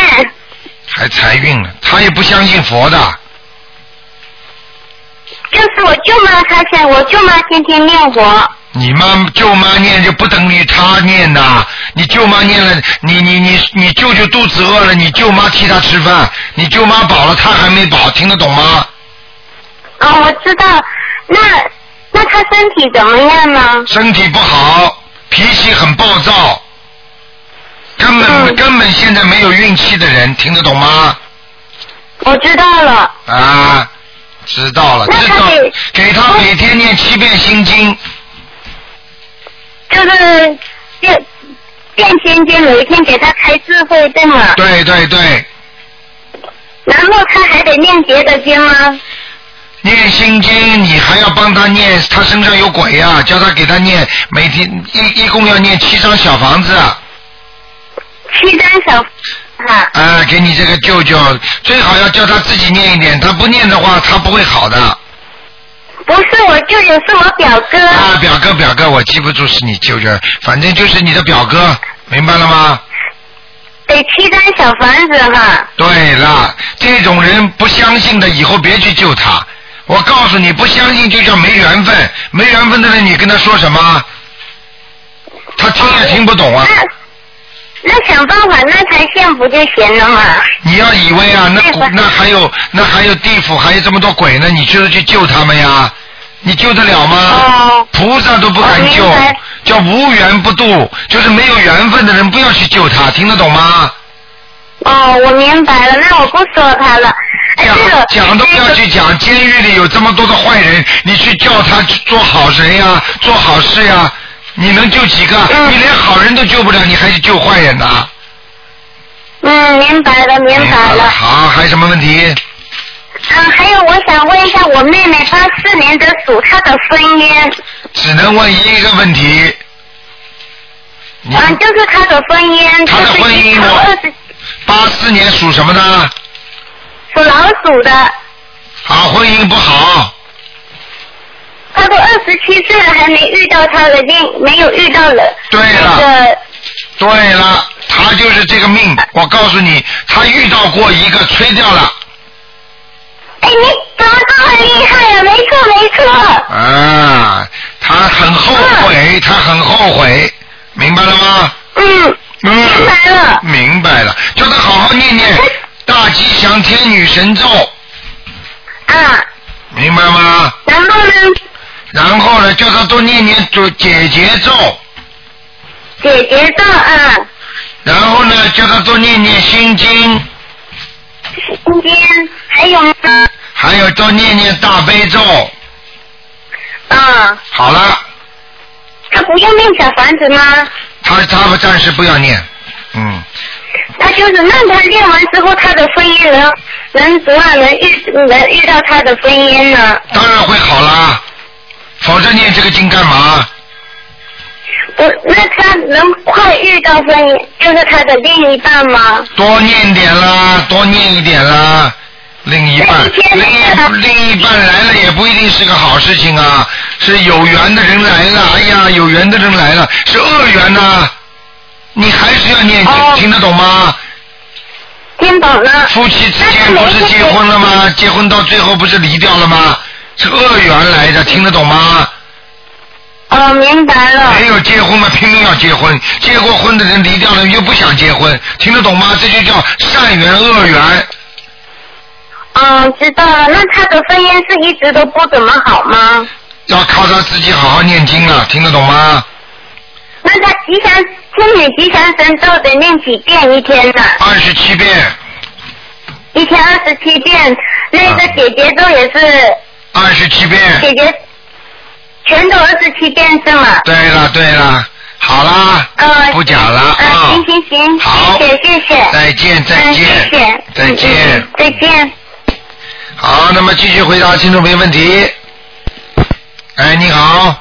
[SPEAKER 1] 还财运呢，他也不相信佛的。
[SPEAKER 8] 就是我舅妈，她想我舅妈天天念佛，
[SPEAKER 1] 你妈舅妈念就不等于她念呐，你舅妈念了，你你你你舅舅肚子饿了，你舅妈替他吃饭，你舅妈饱了，他还没饱，听得懂吗？
[SPEAKER 8] 哦，我知道。那那他身体怎么样呢？
[SPEAKER 1] 身体不好，脾气很暴躁，根本、
[SPEAKER 8] 嗯
[SPEAKER 1] 根本现在没有运气的人，听得懂吗？
[SPEAKER 8] 我知道了。
[SPEAKER 1] 啊，知道了，
[SPEAKER 8] 那
[SPEAKER 1] 至
[SPEAKER 8] 他
[SPEAKER 1] 少
[SPEAKER 8] 得
[SPEAKER 1] 给他每天念七遍心经，
[SPEAKER 8] 就是变变仙间有一天给他开智慧灯了，
[SPEAKER 1] 对对对，
[SPEAKER 8] 然后他还得念别的经吗？
[SPEAKER 1] 念心经，你还要帮他念，他身上有鬼呀、叫他给他念，每天一一共要念七张小房子，
[SPEAKER 8] 七张小啊，
[SPEAKER 1] 啊，给你这个舅舅，最好要叫他自己念一点，他不念的话，他不会好的。
[SPEAKER 8] 不是我舅舅，是我表哥。
[SPEAKER 1] 啊，表哥表哥，我记不住是你舅舅，反正就是你的表哥，明白了吗？
[SPEAKER 8] 得七张小房子哈，
[SPEAKER 1] 对了，这种人不相信的，以后别去救他。我告诉你，不相信就叫没缘分，没缘分的人你跟他说什么？他听也听不懂啊！
[SPEAKER 8] 哎
[SPEAKER 9] 那想办法，那才幸福就行了嘛。
[SPEAKER 1] 你要以为啊，那古那还有那还有地府，还有这么多鬼呢，你就是去救他们呀？你救得了
[SPEAKER 8] 哦
[SPEAKER 9] 哦
[SPEAKER 1] 吗？菩萨都不敢救
[SPEAKER 9] 我明白，
[SPEAKER 1] 叫无缘不渡，就是没有缘分的人不要去救他，听得懂吗？
[SPEAKER 9] 哦，我明白了，那我不说他了。哎，这个
[SPEAKER 1] 讲都不要去讲，监狱里有这么多的坏人，你去叫他去做好人呀，做好事呀，你能救几个？你连好人都救不了，你还去救坏人呐、
[SPEAKER 9] 嗯，明白了，明白了。
[SPEAKER 1] 好，还有什么问题？
[SPEAKER 9] 嗯，还有我想问一下，我妹妹八四年的鼠，她的婚姻，
[SPEAKER 1] 只能问一个问题。
[SPEAKER 9] 嗯，就是她的婚姻，
[SPEAKER 1] 她的婚姻
[SPEAKER 9] 就是
[SPEAKER 1] 我八四年属什么呢？
[SPEAKER 9] 属老鼠的，
[SPEAKER 1] 啊，婚姻不好，
[SPEAKER 9] 她都二十七岁了，还没遇到她的另没有遇到人。
[SPEAKER 1] 对了，对了，他就是这个命。我告诉你，他遇到过一个吹掉了，
[SPEAKER 9] 哎，你怎么这么厉害啊呀、没错没错，
[SPEAKER 1] 啊，他很后悔，他很后悔，明白了吗？
[SPEAKER 9] 嗯，
[SPEAKER 1] 嗯，
[SPEAKER 9] 明白了。哎
[SPEAKER 1] 明白了，叫他好好念念大吉祥天女神咒，
[SPEAKER 9] 啊，
[SPEAKER 1] 明白吗？
[SPEAKER 9] 然后呢，
[SPEAKER 1] 然后呢，叫他多念念就解结咒，
[SPEAKER 9] 姐姐的啊，
[SPEAKER 1] 然后呢，叫他多念念心经，
[SPEAKER 9] 今天还有呢，
[SPEAKER 1] 还有多念念大悲咒。
[SPEAKER 9] 啊，
[SPEAKER 1] 好了，
[SPEAKER 9] 她不用念小房子吗？
[SPEAKER 1] 他他们暂时不要念，嗯，
[SPEAKER 9] 那就是让他练完之后，他的婚姻能能怎么样能遇嗯能遇到他的婚姻呢？
[SPEAKER 1] 当然会好啦，否则念这个经干嘛？
[SPEAKER 9] 我那他能快遇到婚姻，就是他的另一半吗？
[SPEAKER 1] 多念点啦，多念一点啦。另一半，另一另一半来了也不一定是个好事情啊，是有缘的人来了，哎呀，有缘的人来了，是恶缘呐、你还是要念经，听得懂吗？
[SPEAKER 9] 听懂了。
[SPEAKER 1] 夫妻之间不是结婚了吗？结婚到最后不是离掉了吗？是恶缘来的，听得懂吗？
[SPEAKER 9] 哦，明白了。
[SPEAKER 1] 没有结婚嘛，拼命要结婚，结过婚的人离掉了又不想结婚，听得懂吗？这就叫善缘恶缘。
[SPEAKER 9] 嗯，知道了。那他的婚姻是一直都不怎么好吗？
[SPEAKER 1] 要靠他自己好好念经了，听得懂吗？
[SPEAKER 9] 那他吉祥天女吉祥神咒得念几遍一天呢？
[SPEAKER 1] 二十七遍，
[SPEAKER 9] 一天二十七遍。那
[SPEAKER 1] 啊
[SPEAKER 9] 个姐姐咒也是
[SPEAKER 1] 二十七遍。
[SPEAKER 9] 姐姐，全都二十七遍是吗？
[SPEAKER 1] 对了对了，好啦，
[SPEAKER 9] 呃，
[SPEAKER 1] 不讲了
[SPEAKER 9] 嗯、
[SPEAKER 1] 啊，
[SPEAKER 9] 行行行，
[SPEAKER 1] 好
[SPEAKER 9] 谢谢谢谢，
[SPEAKER 1] 再见再
[SPEAKER 9] 嗯，谢
[SPEAKER 1] 见
[SPEAKER 9] 谢，
[SPEAKER 1] 再
[SPEAKER 9] 嗯
[SPEAKER 1] 见
[SPEAKER 9] 嗯。再见。
[SPEAKER 1] 好，那么继续回答听众朋友问题。哎，你好，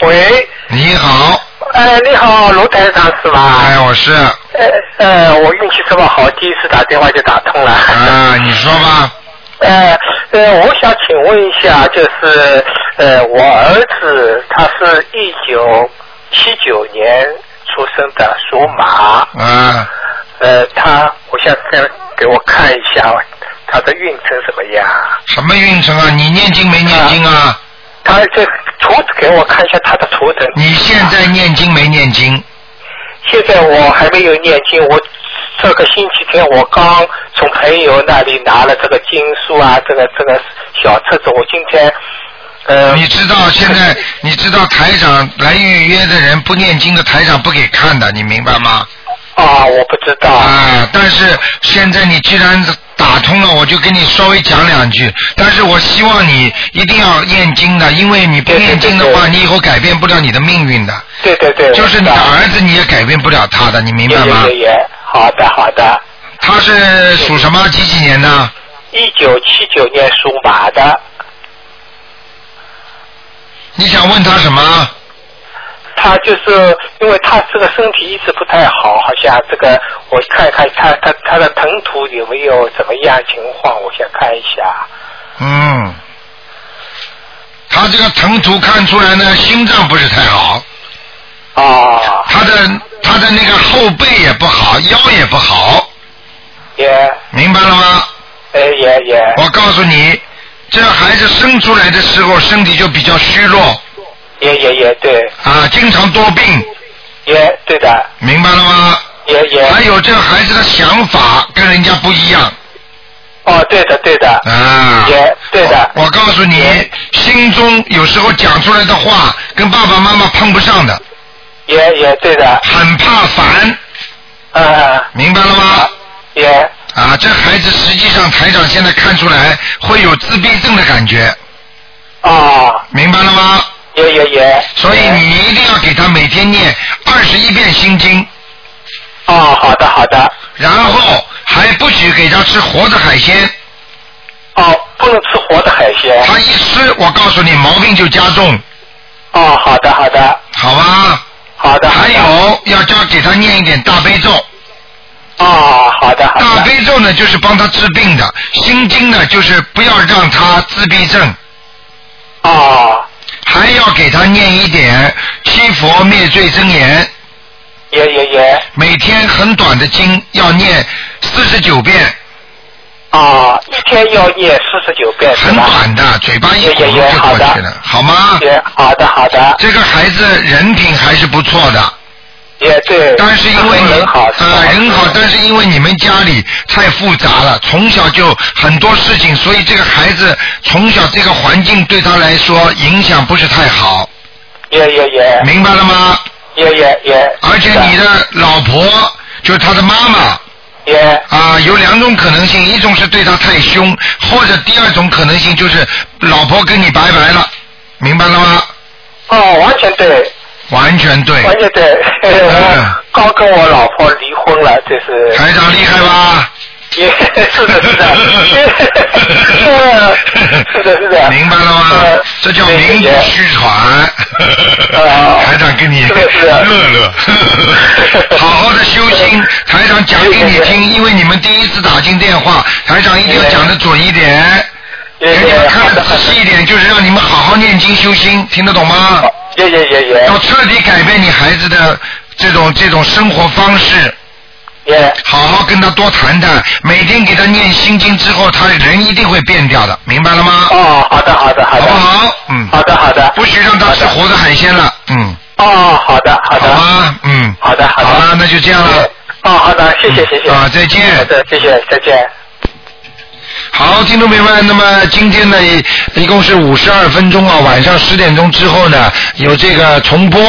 [SPEAKER 10] 喂，
[SPEAKER 1] 你好，
[SPEAKER 10] 呃，你好，罗台长是吧？
[SPEAKER 1] 哎，我是
[SPEAKER 10] 呃呃，我运气这么好，第一次打电话就打通了。
[SPEAKER 1] 啊，你说吧，
[SPEAKER 10] 呃呃，我想请问一下，就是呃，我儿子他是一九七九年出生的，属马。
[SPEAKER 1] 啊，
[SPEAKER 10] 呃，他，我想这样给我看一下他的运程怎么样。
[SPEAKER 1] 什么运程啊？你念经没念经啊？
[SPEAKER 10] 他这图给我看一下他的图腾。
[SPEAKER 1] 你现在念经没念经？
[SPEAKER 10] 现在我还没有念经，我这个星期天我刚从朋友那里拿了这个经书啊，这个这个小册子，我今天呃
[SPEAKER 1] 你知道
[SPEAKER 10] <laughs>
[SPEAKER 1] 现在你知道台长来预约的人不念经的台长不给看的，你明白吗？
[SPEAKER 10] 啊，我不知道
[SPEAKER 1] 啊，但是现在你既然打通了，我就跟你稍微讲两句。但是我希望你一定要念经的，因为你不
[SPEAKER 10] 对对
[SPEAKER 1] 念经的
[SPEAKER 10] 对对
[SPEAKER 1] 话，你以后改变不了你的命运的。
[SPEAKER 10] 对对对，
[SPEAKER 1] 就是你的
[SPEAKER 10] 我知道
[SPEAKER 1] 儿子，你也改变不了他的，你明白吗
[SPEAKER 10] 也？也也，好的好的，
[SPEAKER 1] 他是属什么？几几年的？
[SPEAKER 10] 一九七九年属马的，
[SPEAKER 1] 你想问他什么？
[SPEAKER 10] 他就是因为他这个身体一直不太好，好像这个我看看他他他的疼图有没有怎么样情况，我想看一下。
[SPEAKER 1] 嗯，他这个疼图看出来呢，心脏不是太好，
[SPEAKER 10] 啊，
[SPEAKER 1] 他的他的那个后背也不好，腰也不好，
[SPEAKER 10] 也
[SPEAKER 1] 明白了吗？
[SPEAKER 10] 呃也也。
[SPEAKER 1] 我告诉你，这孩子生出来的时候身体就比较虚弱
[SPEAKER 10] 也也也对，
[SPEAKER 1] 啊，经常多病，
[SPEAKER 10] 也对的，
[SPEAKER 1] 明白了吗？
[SPEAKER 10] 也也。
[SPEAKER 1] 还有这孩子的想法跟人家不一样。
[SPEAKER 10] 哦，对的对的。
[SPEAKER 1] 啊。
[SPEAKER 10] 也对的。
[SPEAKER 1] 我告诉你，心中有时候讲出来的话跟爸爸妈妈碰不上的，
[SPEAKER 10] 也也对的，
[SPEAKER 1] 很怕烦，
[SPEAKER 10] 嗯，
[SPEAKER 1] 明白了吗？
[SPEAKER 10] 也
[SPEAKER 1] 啊，这孩子实际上台长现在看出来会有自闭症的感觉，
[SPEAKER 10] 啊，
[SPEAKER 1] 明白了吗？
[SPEAKER 10] 也也也。
[SPEAKER 1] 所以你一定要给他每天念二十一遍心经，
[SPEAKER 10] 哦，好的好的，
[SPEAKER 1] 然后还不许给他吃活的海鲜，
[SPEAKER 10] 哦，不能吃活的海鲜，
[SPEAKER 1] 他一吃，我告诉你毛病就加重，
[SPEAKER 10] 哦，好的好的
[SPEAKER 1] 好吧？
[SPEAKER 10] 好的，
[SPEAKER 1] 还有要教给他念一点大悲咒，
[SPEAKER 10] 哦，好的好
[SPEAKER 1] 大
[SPEAKER 10] 的，
[SPEAKER 1] 悲咒呢就是帮他治病的，心经呢就是不要让他自闭症，
[SPEAKER 10] 哦，
[SPEAKER 1] 还要给他念一点七佛灭罪真言，
[SPEAKER 10] 也也也，
[SPEAKER 1] 每天很短的经要念四十九遍，
[SPEAKER 10] 啊，一天要念四十九遍是
[SPEAKER 1] 很
[SPEAKER 10] 吧？
[SPEAKER 1] 短啊的，嘴巴一
[SPEAKER 10] 也
[SPEAKER 1] 鼓
[SPEAKER 10] 也也
[SPEAKER 1] 就
[SPEAKER 10] 好
[SPEAKER 1] 过去
[SPEAKER 10] 的
[SPEAKER 1] 了，好吗？
[SPEAKER 10] 也好的好的，
[SPEAKER 1] 这个孩子人品还是不错的，
[SPEAKER 10] 也对。
[SPEAKER 1] 但是因为你
[SPEAKER 10] 人好是吧嗯
[SPEAKER 1] 呃人好，但是因为你们家里太复杂了，从小就很多事情，所以这个孩子从小这个环境对他来说影响不是太好，
[SPEAKER 10] 也也也
[SPEAKER 1] 明白了吗？
[SPEAKER 10] 也也也，
[SPEAKER 1] 而且你的老婆就是他的妈妈
[SPEAKER 10] 也
[SPEAKER 1] 啊，有两种可能性，一种是对他太凶，或者第二种可能性就是老婆跟你拜拜了，明白了吗？
[SPEAKER 10] 哦，完全对，
[SPEAKER 1] 完全对，
[SPEAKER 10] 完全对。
[SPEAKER 1] 嗯
[SPEAKER 10] <laughs> 刚跟我老婆离婚了，这是
[SPEAKER 1] 台长厉害吧？
[SPEAKER 10] 也 <laughs> 是的，是的，是的，是的，
[SPEAKER 1] 明白了吗
[SPEAKER 10] 呃？
[SPEAKER 1] 这叫名不虚传。
[SPEAKER 10] 啊
[SPEAKER 1] 台长跟你
[SPEAKER 10] 是的是
[SPEAKER 1] 乐
[SPEAKER 10] 的 <laughs>
[SPEAKER 1] 乐，好好的修心。台长讲给你听，因为你们第一次打进电话，台长一定要讲的准一点，
[SPEAKER 10] 也
[SPEAKER 1] 给你
[SPEAKER 10] 也
[SPEAKER 1] 们
[SPEAKER 10] 好
[SPEAKER 1] 看
[SPEAKER 10] 的
[SPEAKER 1] 的
[SPEAKER 10] 好
[SPEAKER 1] 仔
[SPEAKER 10] 的
[SPEAKER 1] 细一点，就是让你们好好念经修心，听得懂吗？
[SPEAKER 10] 也也也也
[SPEAKER 1] 要彻底改变你孩子的这种这种生活方式。
[SPEAKER 10] 也
[SPEAKER 1] 好好跟他多谈谈，每天给他念心经之后，他人一定会变掉的，明白了吗？
[SPEAKER 10] 哦，好的好的好
[SPEAKER 1] 好
[SPEAKER 10] 的，
[SPEAKER 1] 不好？嗯，
[SPEAKER 10] 好的好的，
[SPEAKER 1] 不许让他吃活的海鲜了，嗯，
[SPEAKER 10] 哦，好的好
[SPEAKER 1] 好
[SPEAKER 10] 的，
[SPEAKER 1] 吧，嗯，
[SPEAKER 10] 好的好的
[SPEAKER 1] 好了，那就这样了。
[SPEAKER 10] 哦，好的，谢谢谢谢，
[SPEAKER 1] 嗯啊再见
[SPEAKER 10] 好的，谢谢，再见。
[SPEAKER 1] 好，听众朋友们，那么今天呢，一共是五十二分钟啊，晚上十点钟之后呢，有这个重播。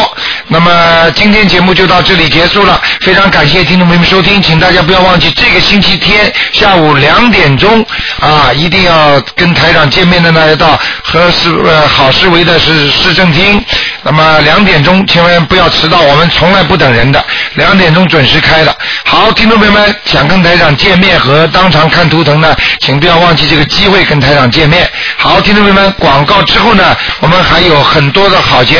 [SPEAKER 1] 那么今天节目就到这里结束了，非常感谢听众朋友们收听，请大家不要忘记这个星期天下午两点钟啊，一定要跟台长见面的呢，要到和市呃好市委的市市政厅。那么两点钟千万不要迟到，我们从来不等人的，两点钟准时开的。好，听众朋友们，想跟台长见面和当场看图腾呢，请不要忘记这个机会跟台长见面。好，听众朋友们，广告之后呢，我们还有很多的好节目。